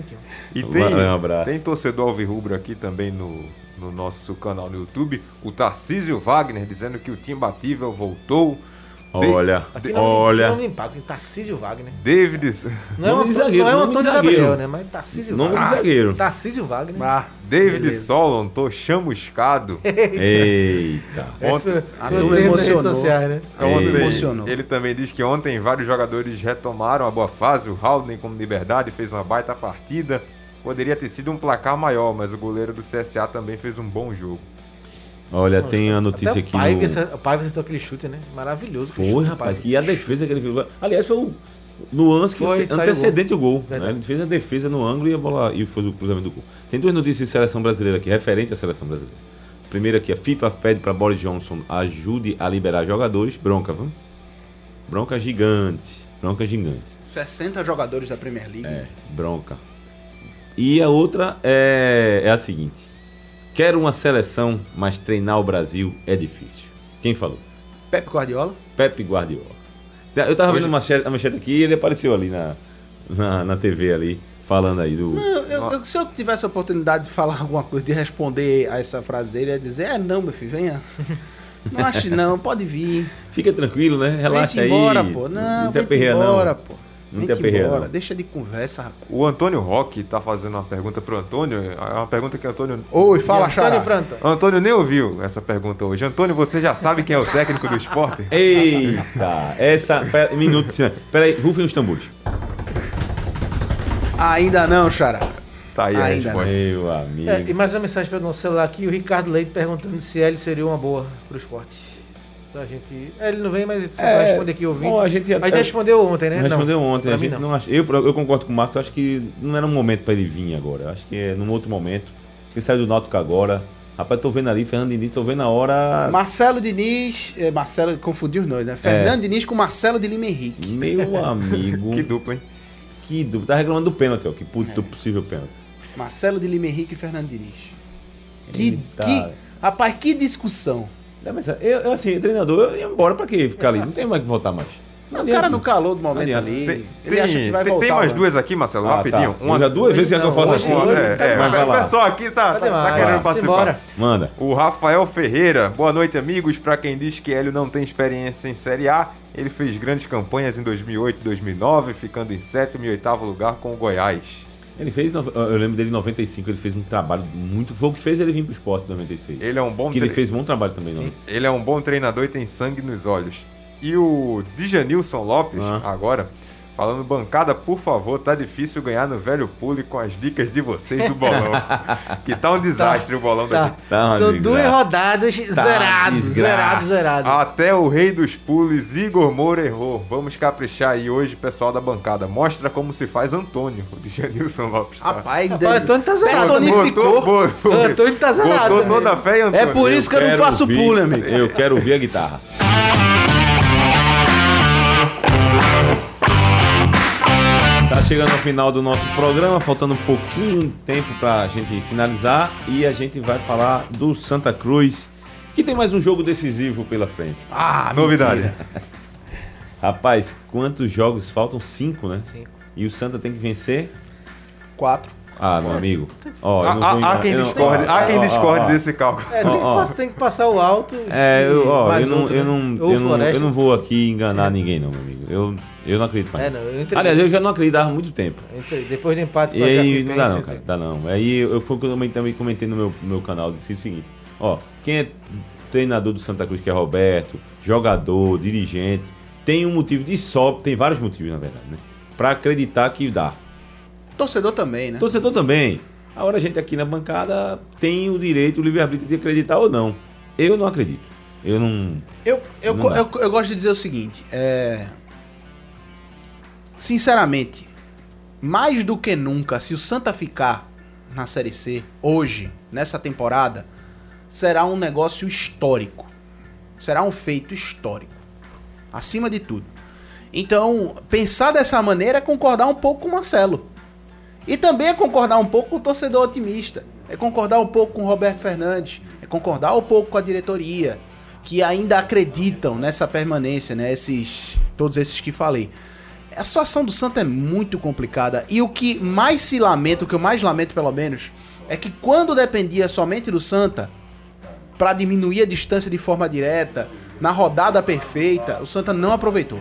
Speaker 2: (laughs)
Speaker 3: 991150821.
Speaker 4: E
Speaker 2: Um
Speaker 4: tem,
Speaker 2: abraço.
Speaker 4: tem torcedor alvirrubro aqui também no, no nosso canal no YouTube, o Tarcísio Wagner dizendo que o time batível voltou. De-
Speaker 2: Olha,
Speaker 3: Aqui não, aqui
Speaker 2: olha.
Speaker 3: não me impacta, Tarcísio Wagner.
Speaker 4: David,
Speaker 3: Não é,
Speaker 2: Nome
Speaker 3: o
Speaker 2: de
Speaker 3: Antônio-
Speaker 2: zagueiro,
Speaker 3: não é o
Speaker 2: nome de
Speaker 3: Antônio
Speaker 2: zagueiro.
Speaker 3: Gabriel, né? Mas Tarcísio
Speaker 2: Nome de
Speaker 3: Wagner.
Speaker 2: zagueiro.
Speaker 3: Tarcísio Wagner.
Speaker 5: Ah,
Speaker 4: (laughs) David
Speaker 5: Beleza.
Speaker 4: Solon,
Speaker 3: (laughs)
Speaker 4: tô chamuscado.
Speaker 2: Eita.
Speaker 3: Esse foi-
Speaker 5: a
Speaker 3: foi o tema das
Speaker 5: turma
Speaker 3: redes
Speaker 5: emocionou.
Speaker 3: sociais, né?
Speaker 5: Então,
Speaker 2: Ei.
Speaker 5: me emocionou.
Speaker 4: Ele também diz que ontem vários jogadores retomaram a boa fase. O Haldane, como liberdade, fez uma baita partida. Poderia ter sido um placar maior, mas o goleiro do CSA também fez um bom jogo.
Speaker 2: Olha, tem a
Speaker 3: Até
Speaker 2: notícia
Speaker 3: o
Speaker 2: aqui
Speaker 3: Paiva,
Speaker 2: no...
Speaker 3: essa- O Paiva acertou aquele chute, né? Maravilhoso.
Speaker 2: Foi,
Speaker 3: aquele chute do
Speaker 2: rapaz,
Speaker 3: Paiva.
Speaker 2: que a defesa que ele fez. Aliás, foi o no lance que
Speaker 3: Foi,
Speaker 2: ante-
Speaker 3: saiu
Speaker 2: antecedente o gol. né?
Speaker 3: Verdade.
Speaker 2: Ele fez a defesa no ângulo e a bola e foi o cruzamento do gol. Tem duas notícias de seleção brasileira aqui, referente à seleção brasileira. Primeiro aqui, a FIFA pede para Boris Johnson ajude a liberar jogadores. Bronca, viu? Bronca gigante. Bronca gigante.
Speaker 5: 60 jogadores da Premier League.
Speaker 2: É, bronca. E a outra é, é a seguinte: quero uma seleção, mas treinar o Brasil é difícil. Quem falou?
Speaker 5: Pepe Guardiola.
Speaker 2: Pepe Guardiola. Eu tava
Speaker 4: Hoje-
Speaker 2: vendo uma manchete, a manchete aqui e ele apareceu ali na, na, na TV ali, falando aí do.
Speaker 5: Eu- eu- eu- se eu tivesse a oportunidade de falar (laughs) alguma coisa, de responder a essa frase dele, eu ia dizer, é não, meu filho,
Speaker 2: (laughs)
Speaker 5: venha. Não ache não, pode vir.
Speaker 2: Fica tranquilo, né? Relaxa
Speaker 5: vem
Speaker 2: aí.
Speaker 5: embora, pô. Não,
Speaker 2: se
Speaker 5: vem
Speaker 2: aperreia,
Speaker 5: embora,
Speaker 2: não.
Speaker 5: pô.
Speaker 2: Não
Speaker 5: Vem
Speaker 2: tem aperreio,
Speaker 5: embora,
Speaker 2: não.
Speaker 5: deixa de conversa.
Speaker 4: O Antônio Roque tá fazendo uma pergunta pro Antônio. É uma pergunta que o Antônio.
Speaker 5: Oi, fala,
Speaker 3: Antônio
Speaker 5: Xará.
Speaker 3: Pranto.
Speaker 4: Antônio nem ouviu essa pergunta hoje. Antônio, você já sabe quem é o técnico do esporte?
Speaker 2: Eita, essa. Pera, minuto de silêncio. Peraí, rufem os tambores.
Speaker 5: Ainda não, Xará.
Speaker 4: Tá aí a
Speaker 5: Ainda
Speaker 4: resposta.
Speaker 2: Meu amigo.
Speaker 3: É, e mais uma mensagem pelo nosso celular aqui, o Ricardo Leite perguntando se ele seria uma boa pro esporte. Então a gente. É, ele não vem, mas você vai responder aqui ouvindo.
Speaker 2: bom, a gente já- tá-
Speaker 3: Mas já respondeu ontem, né?
Speaker 2: Não respondeu
Speaker 3: Não,
Speaker 2: ontem.
Speaker 3: pra
Speaker 2: A
Speaker 3: mim
Speaker 2: gente
Speaker 3: não.
Speaker 2: não acha- eu, eu concordo com o Marcos, acho que não era um momento pra ele vir agora. Eu Acho que é num outro momento. Acho que ele saiu do Náutico agora. Rapaz, tô vendo ali, Fernando Diniz, tô vendo a
Speaker 5: Ah.
Speaker 2: hora.
Speaker 5: Marcelo Diniz. eh, Marcelo, confundiu os nomes, né? Fernando Diniz com Marcelo de Lima Henrique.
Speaker 3: (laughs)
Speaker 2: Meu amigo.
Speaker 4: Que dupla, hein?
Speaker 2: que dúvida. Tá reclamando do pênalti, ó. Que puto
Speaker 4: É.
Speaker 2: do possível pênalti.
Speaker 5: Marcelo de Lima Henrique e Fernando Diniz. Que,
Speaker 2: Eita.
Speaker 5: que, rapaz, que discussão.
Speaker 2: Não, mas Eu, eu, assim, treinador, eu ia embora pra quê? Ficar
Speaker 4: É.
Speaker 2: ali. Não tem mais que voltar mais. Não
Speaker 5: o
Speaker 2: adianta.
Speaker 5: É um cara no calor do momento
Speaker 2: Aliás,
Speaker 5: ali.
Speaker 4: Tem,
Speaker 5: ele acha que vai
Speaker 4: tem-
Speaker 5: voltar.
Speaker 4: tem mais
Speaker 5: né?
Speaker 4: duas aqui, Marcelo,
Speaker 2: Ah,
Speaker 4: rapidinho.
Speaker 2: tá. Eu já duas vezes já que eu faço
Speaker 3: Hoje
Speaker 2: assim.
Speaker 3: não,
Speaker 4: uma-
Speaker 3: hoje
Speaker 4: é,
Speaker 3: não.
Speaker 4: é,
Speaker 2: Mas vai
Speaker 4: o
Speaker 2: lá.
Speaker 4: pessoal aqui tá,
Speaker 3: Tá
Speaker 4: tá- tá
Speaker 3: demais.
Speaker 4: querendo
Speaker 3: Vai.
Speaker 4: participar.
Speaker 3: Simbora.
Speaker 2: Manda.
Speaker 4: O Rafael Ferreira, boa noite amigos. Pra quem diz que Hélio não tem experiência em Série A, ele fez grandes campanhas em 2008 e 2009, ficando em sétimo e oitavo lugar com o Goiás.
Speaker 2: Ele fez. no- Eu lembro dele em 95, ele fez um trabalho muito. Foi o que fez ele vir pro esporte em 96.
Speaker 4: Ele é um bom
Speaker 2: que ele
Speaker 4: tre-
Speaker 2: fez um bom trabalho também, não.
Speaker 4: ele é um bom treinador e tem sangue nos olhos. E o Dijanilson Lopes,
Speaker 2: Ah.
Speaker 4: agora, falando bancada, por favor, tá difícil ganhar no velho pule com as dicas de vocês
Speaker 5: (laughs)
Speaker 4: do bolão. que tá um desastre o bolão da
Speaker 3: Tá.
Speaker 4: gente.
Speaker 2: Tá uma
Speaker 3: São
Speaker 2: desgraça.
Speaker 3: duas rodadas
Speaker 2: Tá
Speaker 3: zerados,
Speaker 2: desgraça.
Speaker 3: zerados, zerados.
Speaker 5: tá.
Speaker 4: Até o rei dos pules, Igor Moura, errou. Vamos caprichar aí hoje, pessoal da bancada. Mostra como se faz Antônio, o Dijanilson Lopes. tá?
Speaker 5: Rapaz,
Speaker 3: Rapaz, o Antônio tá zerado.
Speaker 5: personificou.
Speaker 4: Botou, bo-
Speaker 3: O Antônio tá zerado.
Speaker 4: botou
Speaker 3: né?
Speaker 4: toda a fé em Antônio.
Speaker 5: É por isso que eu não
Speaker 2: Quero
Speaker 5: faço
Speaker 2: ouvir-
Speaker 5: pulo, amigo.
Speaker 2: Eu quero ouvir a guitarra. Tá chegando ao final do nosso programa, faltando um pouquinho de tempo pra gente finalizar e a gente vai falar do Santa Cruz, que tem mais um jogo decisivo pela frente.
Speaker 5: Ah,
Speaker 4: Novidade.
Speaker 2: Rapaz, quantos jogos faltam? Cinco, né?
Speaker 3: Cinco.
Speaker 2: E o Santa tem que vencer?
Speaker 5: Quatro.
Speaker 2: Ah, meu amigo. Ó, eu não
Speaker 4: Há-
Speaker 2: vou
Speaker 4: tá há- Há
Speaker 2: enganar-
Speaker 4: quem
Speaker 2: eu não- Ah,
Speaker 4: discorde,
Speaker 2: ó,
Speaker 4: há quem
Speaker 2: ó, ó,
Speaker 4: discorde
Speaker 2: ó.
Speaker 4: desse cálculo.
Speaker 3: É, tem, que
Speaker 2: Ó, ó.
Speaker 3: passar- tem que passar o alto.
Speaker 2: É, eu, ó,
Speaker 3: mais
Speaker 2: eu, não,
Speaker 3: outro,
Speaker 2: eu,
Speaker 3: né?
Speaker 2: não,
Speaker 3: Ou
Speaker 2: eu, não,
Speaker 3: Floresta.
Speaker 2: eu não vou aqui enganar ninguém, não, meu amigo. Eu, eu não acredito mais.
Speaker 3: É, não, eu entrei.
Speaker 2: Aliás, eu já não acreditava há muito tempo.
Speaker 3: Entre- Depois do empate
Speaker 2: E
Speaker 3: a
Speaker 2: aí, não dá
Speaker 3: Jacuipense,
Speaker 2: não, cara. Dá não. Aí, eu, eu, foi o que eu também, também comentei no meu, no meu canal, disse o seguinte. Ó, quem é treinador do Santa Cruz, que é Roberto, jogador, dirigente, tem um motivo de só, tem vários motivos, na verdade, né? Pra acreditar que dá.
Speaker 5: Torcedor também, né?
Speaker 2: Torcedor também. Agora a gente aqui na bancada tem o direito, o livre-arbítrio de acreditar ou não. Eu não acredito. Eu não...
Speaker 5: Eu, eu,
Speaker 2: Não
Speaker 5: co-
Speaker 2: dá.
Speaker 5: eu, eu gosto de dizer o seguinte, é... Sinceramente, mais do que nunca, se o Santa ficar na Série C hoje, nessa temporada, será um negócio histórico. Será um feito histórico. Acima de tudo. Então, pensar dessa maneira é concordar um pouco com o Marcelo. E também é concordar um pouco com o torcedor otimista. É concordar um pouco com o Roberto Fernandes. É concordar um pouco com a diretoria. Que ainda acreditam nessa permanência, né? Esses, todos esses que falei. A situação do Santa é muito complicada. E o que mais se lamenta, o que eu mais lamento pelo menos, é que quando dependia somente do Santa, para diminuir a distância de forma direta, na rodada perfeita, o Santa não aproveitou.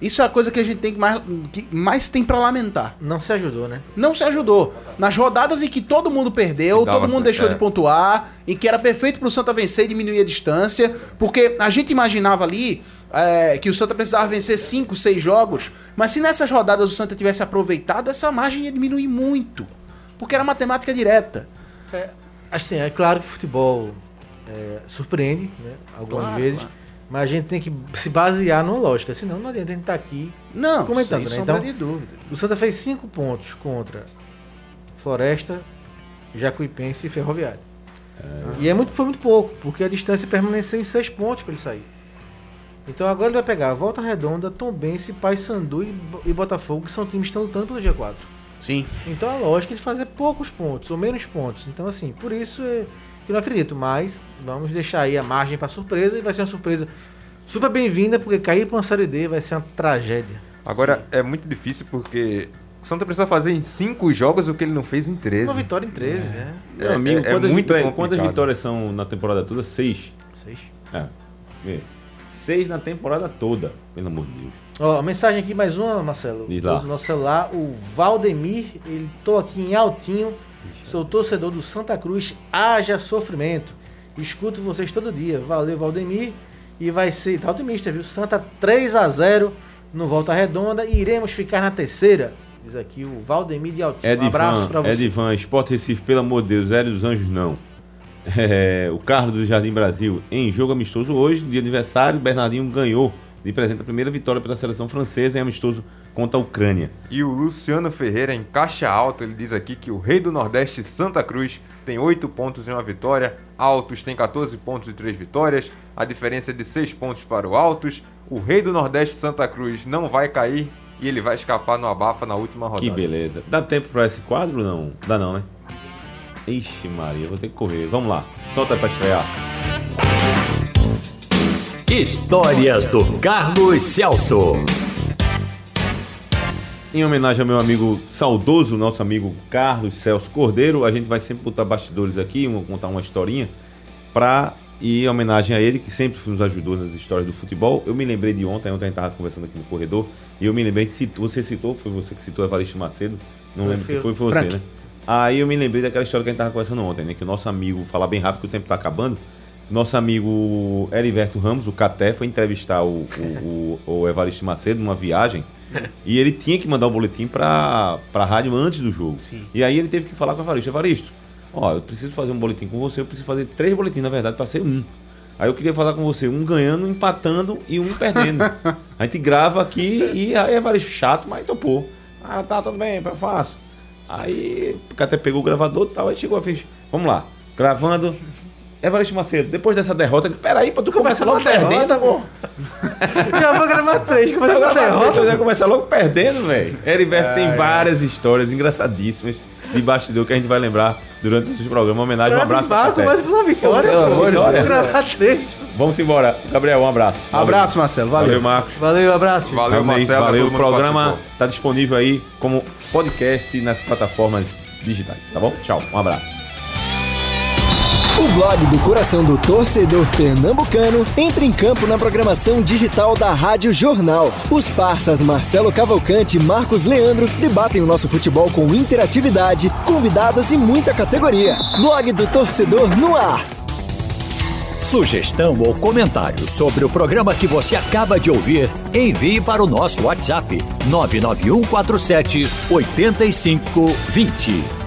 Speaker 5: Isso é a coisa que a gente tem que mais, que mais tem para lamentar
Speaker 3: Não se ajudou, né?
Speaker 5: não se ajudou. Nas rodadas em que todo mundo perdeu,
Speaker 4: Que dava
Speaker 5: todo mundo
Speaker 4: certo,
Speaker 5: deixou
Speaker 4: é.
Speaker 5: de pontuar, em que era perfeito pro Santa vencer e diminuir a distância, porque a gente imaginava ali é, que o Santa precisava vencer 5, 6 jogos, mas se nessas rodadas o Santa tivesse aproveitado, essa margem ia diminuir muito, porque era matemática direta.
Speaker 3: Assim, é claro que futebol é, surpreende, né? Algumas
Speaker 5: Claro,
Speaker 3: vezes.
Speaker 5: claro.
Speaker 3: Mas a gente tem que se basear numa lógica, senão não adianta a gente estar aqui.
Speaker 5: Não,
Speaker 3: Comentando,
Speaker 5: sem
Speaker 3: né?
Speaker 5: sombra
Speaker 3: Então-
Speaker 5: de dúvida.
Speaker 3: O Santa fez cinco pontos contra Floresta, Jacuipense e Ferroviário. E é muito, foi muito pouco, porque a distância permaneceu em seis pontos para ele sair. Então agora ele vai pegar Volta Redonda, Tombense, Paysandu e, Bo- e Botafogo, que são times que estão lutando pelo G4.
Speaker 5: Sim.
Speaker 3: Então a lógica é de fazer poucos pontos, ou menos pontos. Então, assim, por isso é, eu não acredito, mas vamos deixar aí a margem para surpresa e vai ser uma surpresa super bem-vinda, porque cair para uma Série D vai ser uma tragédia.
Speaker 4: Agora é muito difícil porque o Santa precisa fazer em 5 jogos o que ele não fez em 13.
Speaker 3: Uma vitória em 13, né?
Speaker 4: É,
Speaker 2: Meu amigo,
Speaker 4: é- é
Speaker 2: quantas,
Speaker 4: muito
Speaker 2: vitórias,
Speaker 4: complicado.
Speaker 2: quantas vitórias são na temporada toda? Seis.
Speaker 3: Seis.
Speaker 2: É. Vê. Seis na temporada toda, pelo amor de Deus.
Speaker 3: Ó, mensagem aqui, mais uma, Marcelo.
Speaker 2: Diz lá.
Speaker 3: Do nosso celular, o Valdemir, ele tô aqui em Altinho, sou torcedor do Santa Cruz, haja sofrimento. Escuto vocês todo dia. Valeu, Valdemir. E vai ser, tá otimista, viu? Santa 3 a 0 no Volta Redonda e iremos ficar na terceira. Diz aqui o Valdemir de Altinho. um
Speaker 2: Edivan,
Speaker 3: abraço pra você.
Speaker 2: Edivan, é Sport Recife, pelo amor de Deus, Hélio dos Anjos não. (laughs) É, o Carlos do Jardim Brasil, em jogo amistoso hoje, de aniversário, Bernardinho ganhou de presente a primeira vitória pela seleção francesa em amistoso contra a Ucrânia.
Speaker 4: E o Luciano Ferreira, em caixa alta, ele diz aqui que o Rei do Nordeste, Santa Cruz, tem 8 pontos e uma vitória. Altos tem 14 pontos e 3 vitórias. A diferença é de 6 pontos para o Altos. O Rei do Nordeste, Santa Cruz, não vai cair e ele vai escapar no abafa na última
Speaker 2: Que
Speaker 4: rodada.
Speaker 2: beleza. Dá tempo pra esse quadro? Não. Dá não, né? Ixi Maria, vou ter que correr. Vamos lá. Solta aí pra estrear.
Speaker 1: Histórias do Carlos Celso.
Speaker 2: Em homenagem ao meu amigo saudoso, nosso amigo Carlos Celso Cordeiro, a gente vai sempre botar bastidores aqui, vou contar uma historinha pra ir em homenagem a ele, que sempre nos ajudou nas histórias do futebol. Eu me lembrei de ontem, ontem a gente tava conversando aqui no corredor, e eu me lembrei de citou, você citou, foi você que citou Evaristo Macedo, não
Speaker 3: Foi,
Speaker 2: lembro
Speaker 3: foi
Speaker 2: quem
Speaker 3: eu.
Speaker 2: foi, foi você,
Speaker 5: Frank.
Speaker 2: né? Aí eu me lembrei daquela história que a gente tava conversando ontem, né? Que o nosso amigo, vou falar bem rápido que o tempo tá acabando, nosso amigo Heriberto Ramos, o Caté, foi entrevistar o, o, o- o Evaristo Macedo numa viagem e ele tinha que mandar o boletim pra, pra rádio antes do jogo.
Speaker 5: Sim.
Speaker 2: E aí ele teve que falar com o Evaristo: Evaristo, ó, eu preciso fazer um boletim com você, eu preciso fazer três boletins, na verdade, pra ser um. Aí eu queria falar com você, um ganhando, empatando e um (laughs) perdendo. a gente grava aqui e aí Evaristo chato, mas topou. Ah, tá, tudo bem, eu faço. Aí o Caté pegou o gravador e tal, aí chegou a fez, vamos lá, gravando. Evaristo Macedo, depois dessa derrota, ele, peraí, pô, tu começa
Speaker 5: tá
Speaker 2: logo perdendo, pô.
Speaker 3: Já vou gravar três, começa com a
Speaker 2: Agora vai
Speaker 3: derrota.
Speaker 2: derrota, já começa logo perdendo, velho. Heriberto tem várias histórias engraçadíssimas de bastidor que a gente vai lembrar durante os programas. Uma homenagem, um abraço pra
Speaker 3: Vai,
Speaker 2: você.
Speaker 3: começa pela vitória.
Speaker 5: Pelo
Speaker 3: pô.
Speaker 5: amor de
Speaker 3: Vamos
Speaker 5: Deus.
Speaker 3: gravar três.
Speaker 2: Vamos embora. Gabriel, um abraço. Valeu.
Speaker 5: Abraço, Marcelo.
Speaker 2: Valeu,
Speaker 5: Valeu.
Speaker 2: Marcos.
Speaker 3: Valeu, abraço. filho.
Speaker 4: Valeu,
Speaker 2: Amém.
Speaker 4: Marcelo. a
Speaker 2: Valeu.
Speaker 4: todo
Speaker 2: O
Speaker 4: mundo que
Speaker 2: programa
Speaker 4: participou.
Speaker 2: tá disponível aí como podcast nas plataformas digitais, tá bom? Tchau, um abraço.
Speaker 7: O blog do coração do torcedor pernambucano entra em campo na programação digital da Rádio Jornal. Os parças Marcelo Cavalcante e Marcos Leandro debatem o nosso futebol com interatividade, convidados e muita categoria. Blog do torcedor no ar.
Speaker 1: Sugestão ou comentário sobre o programa que você acaba de ouvir, envie para o um nosso WhatsApp 99147 8520.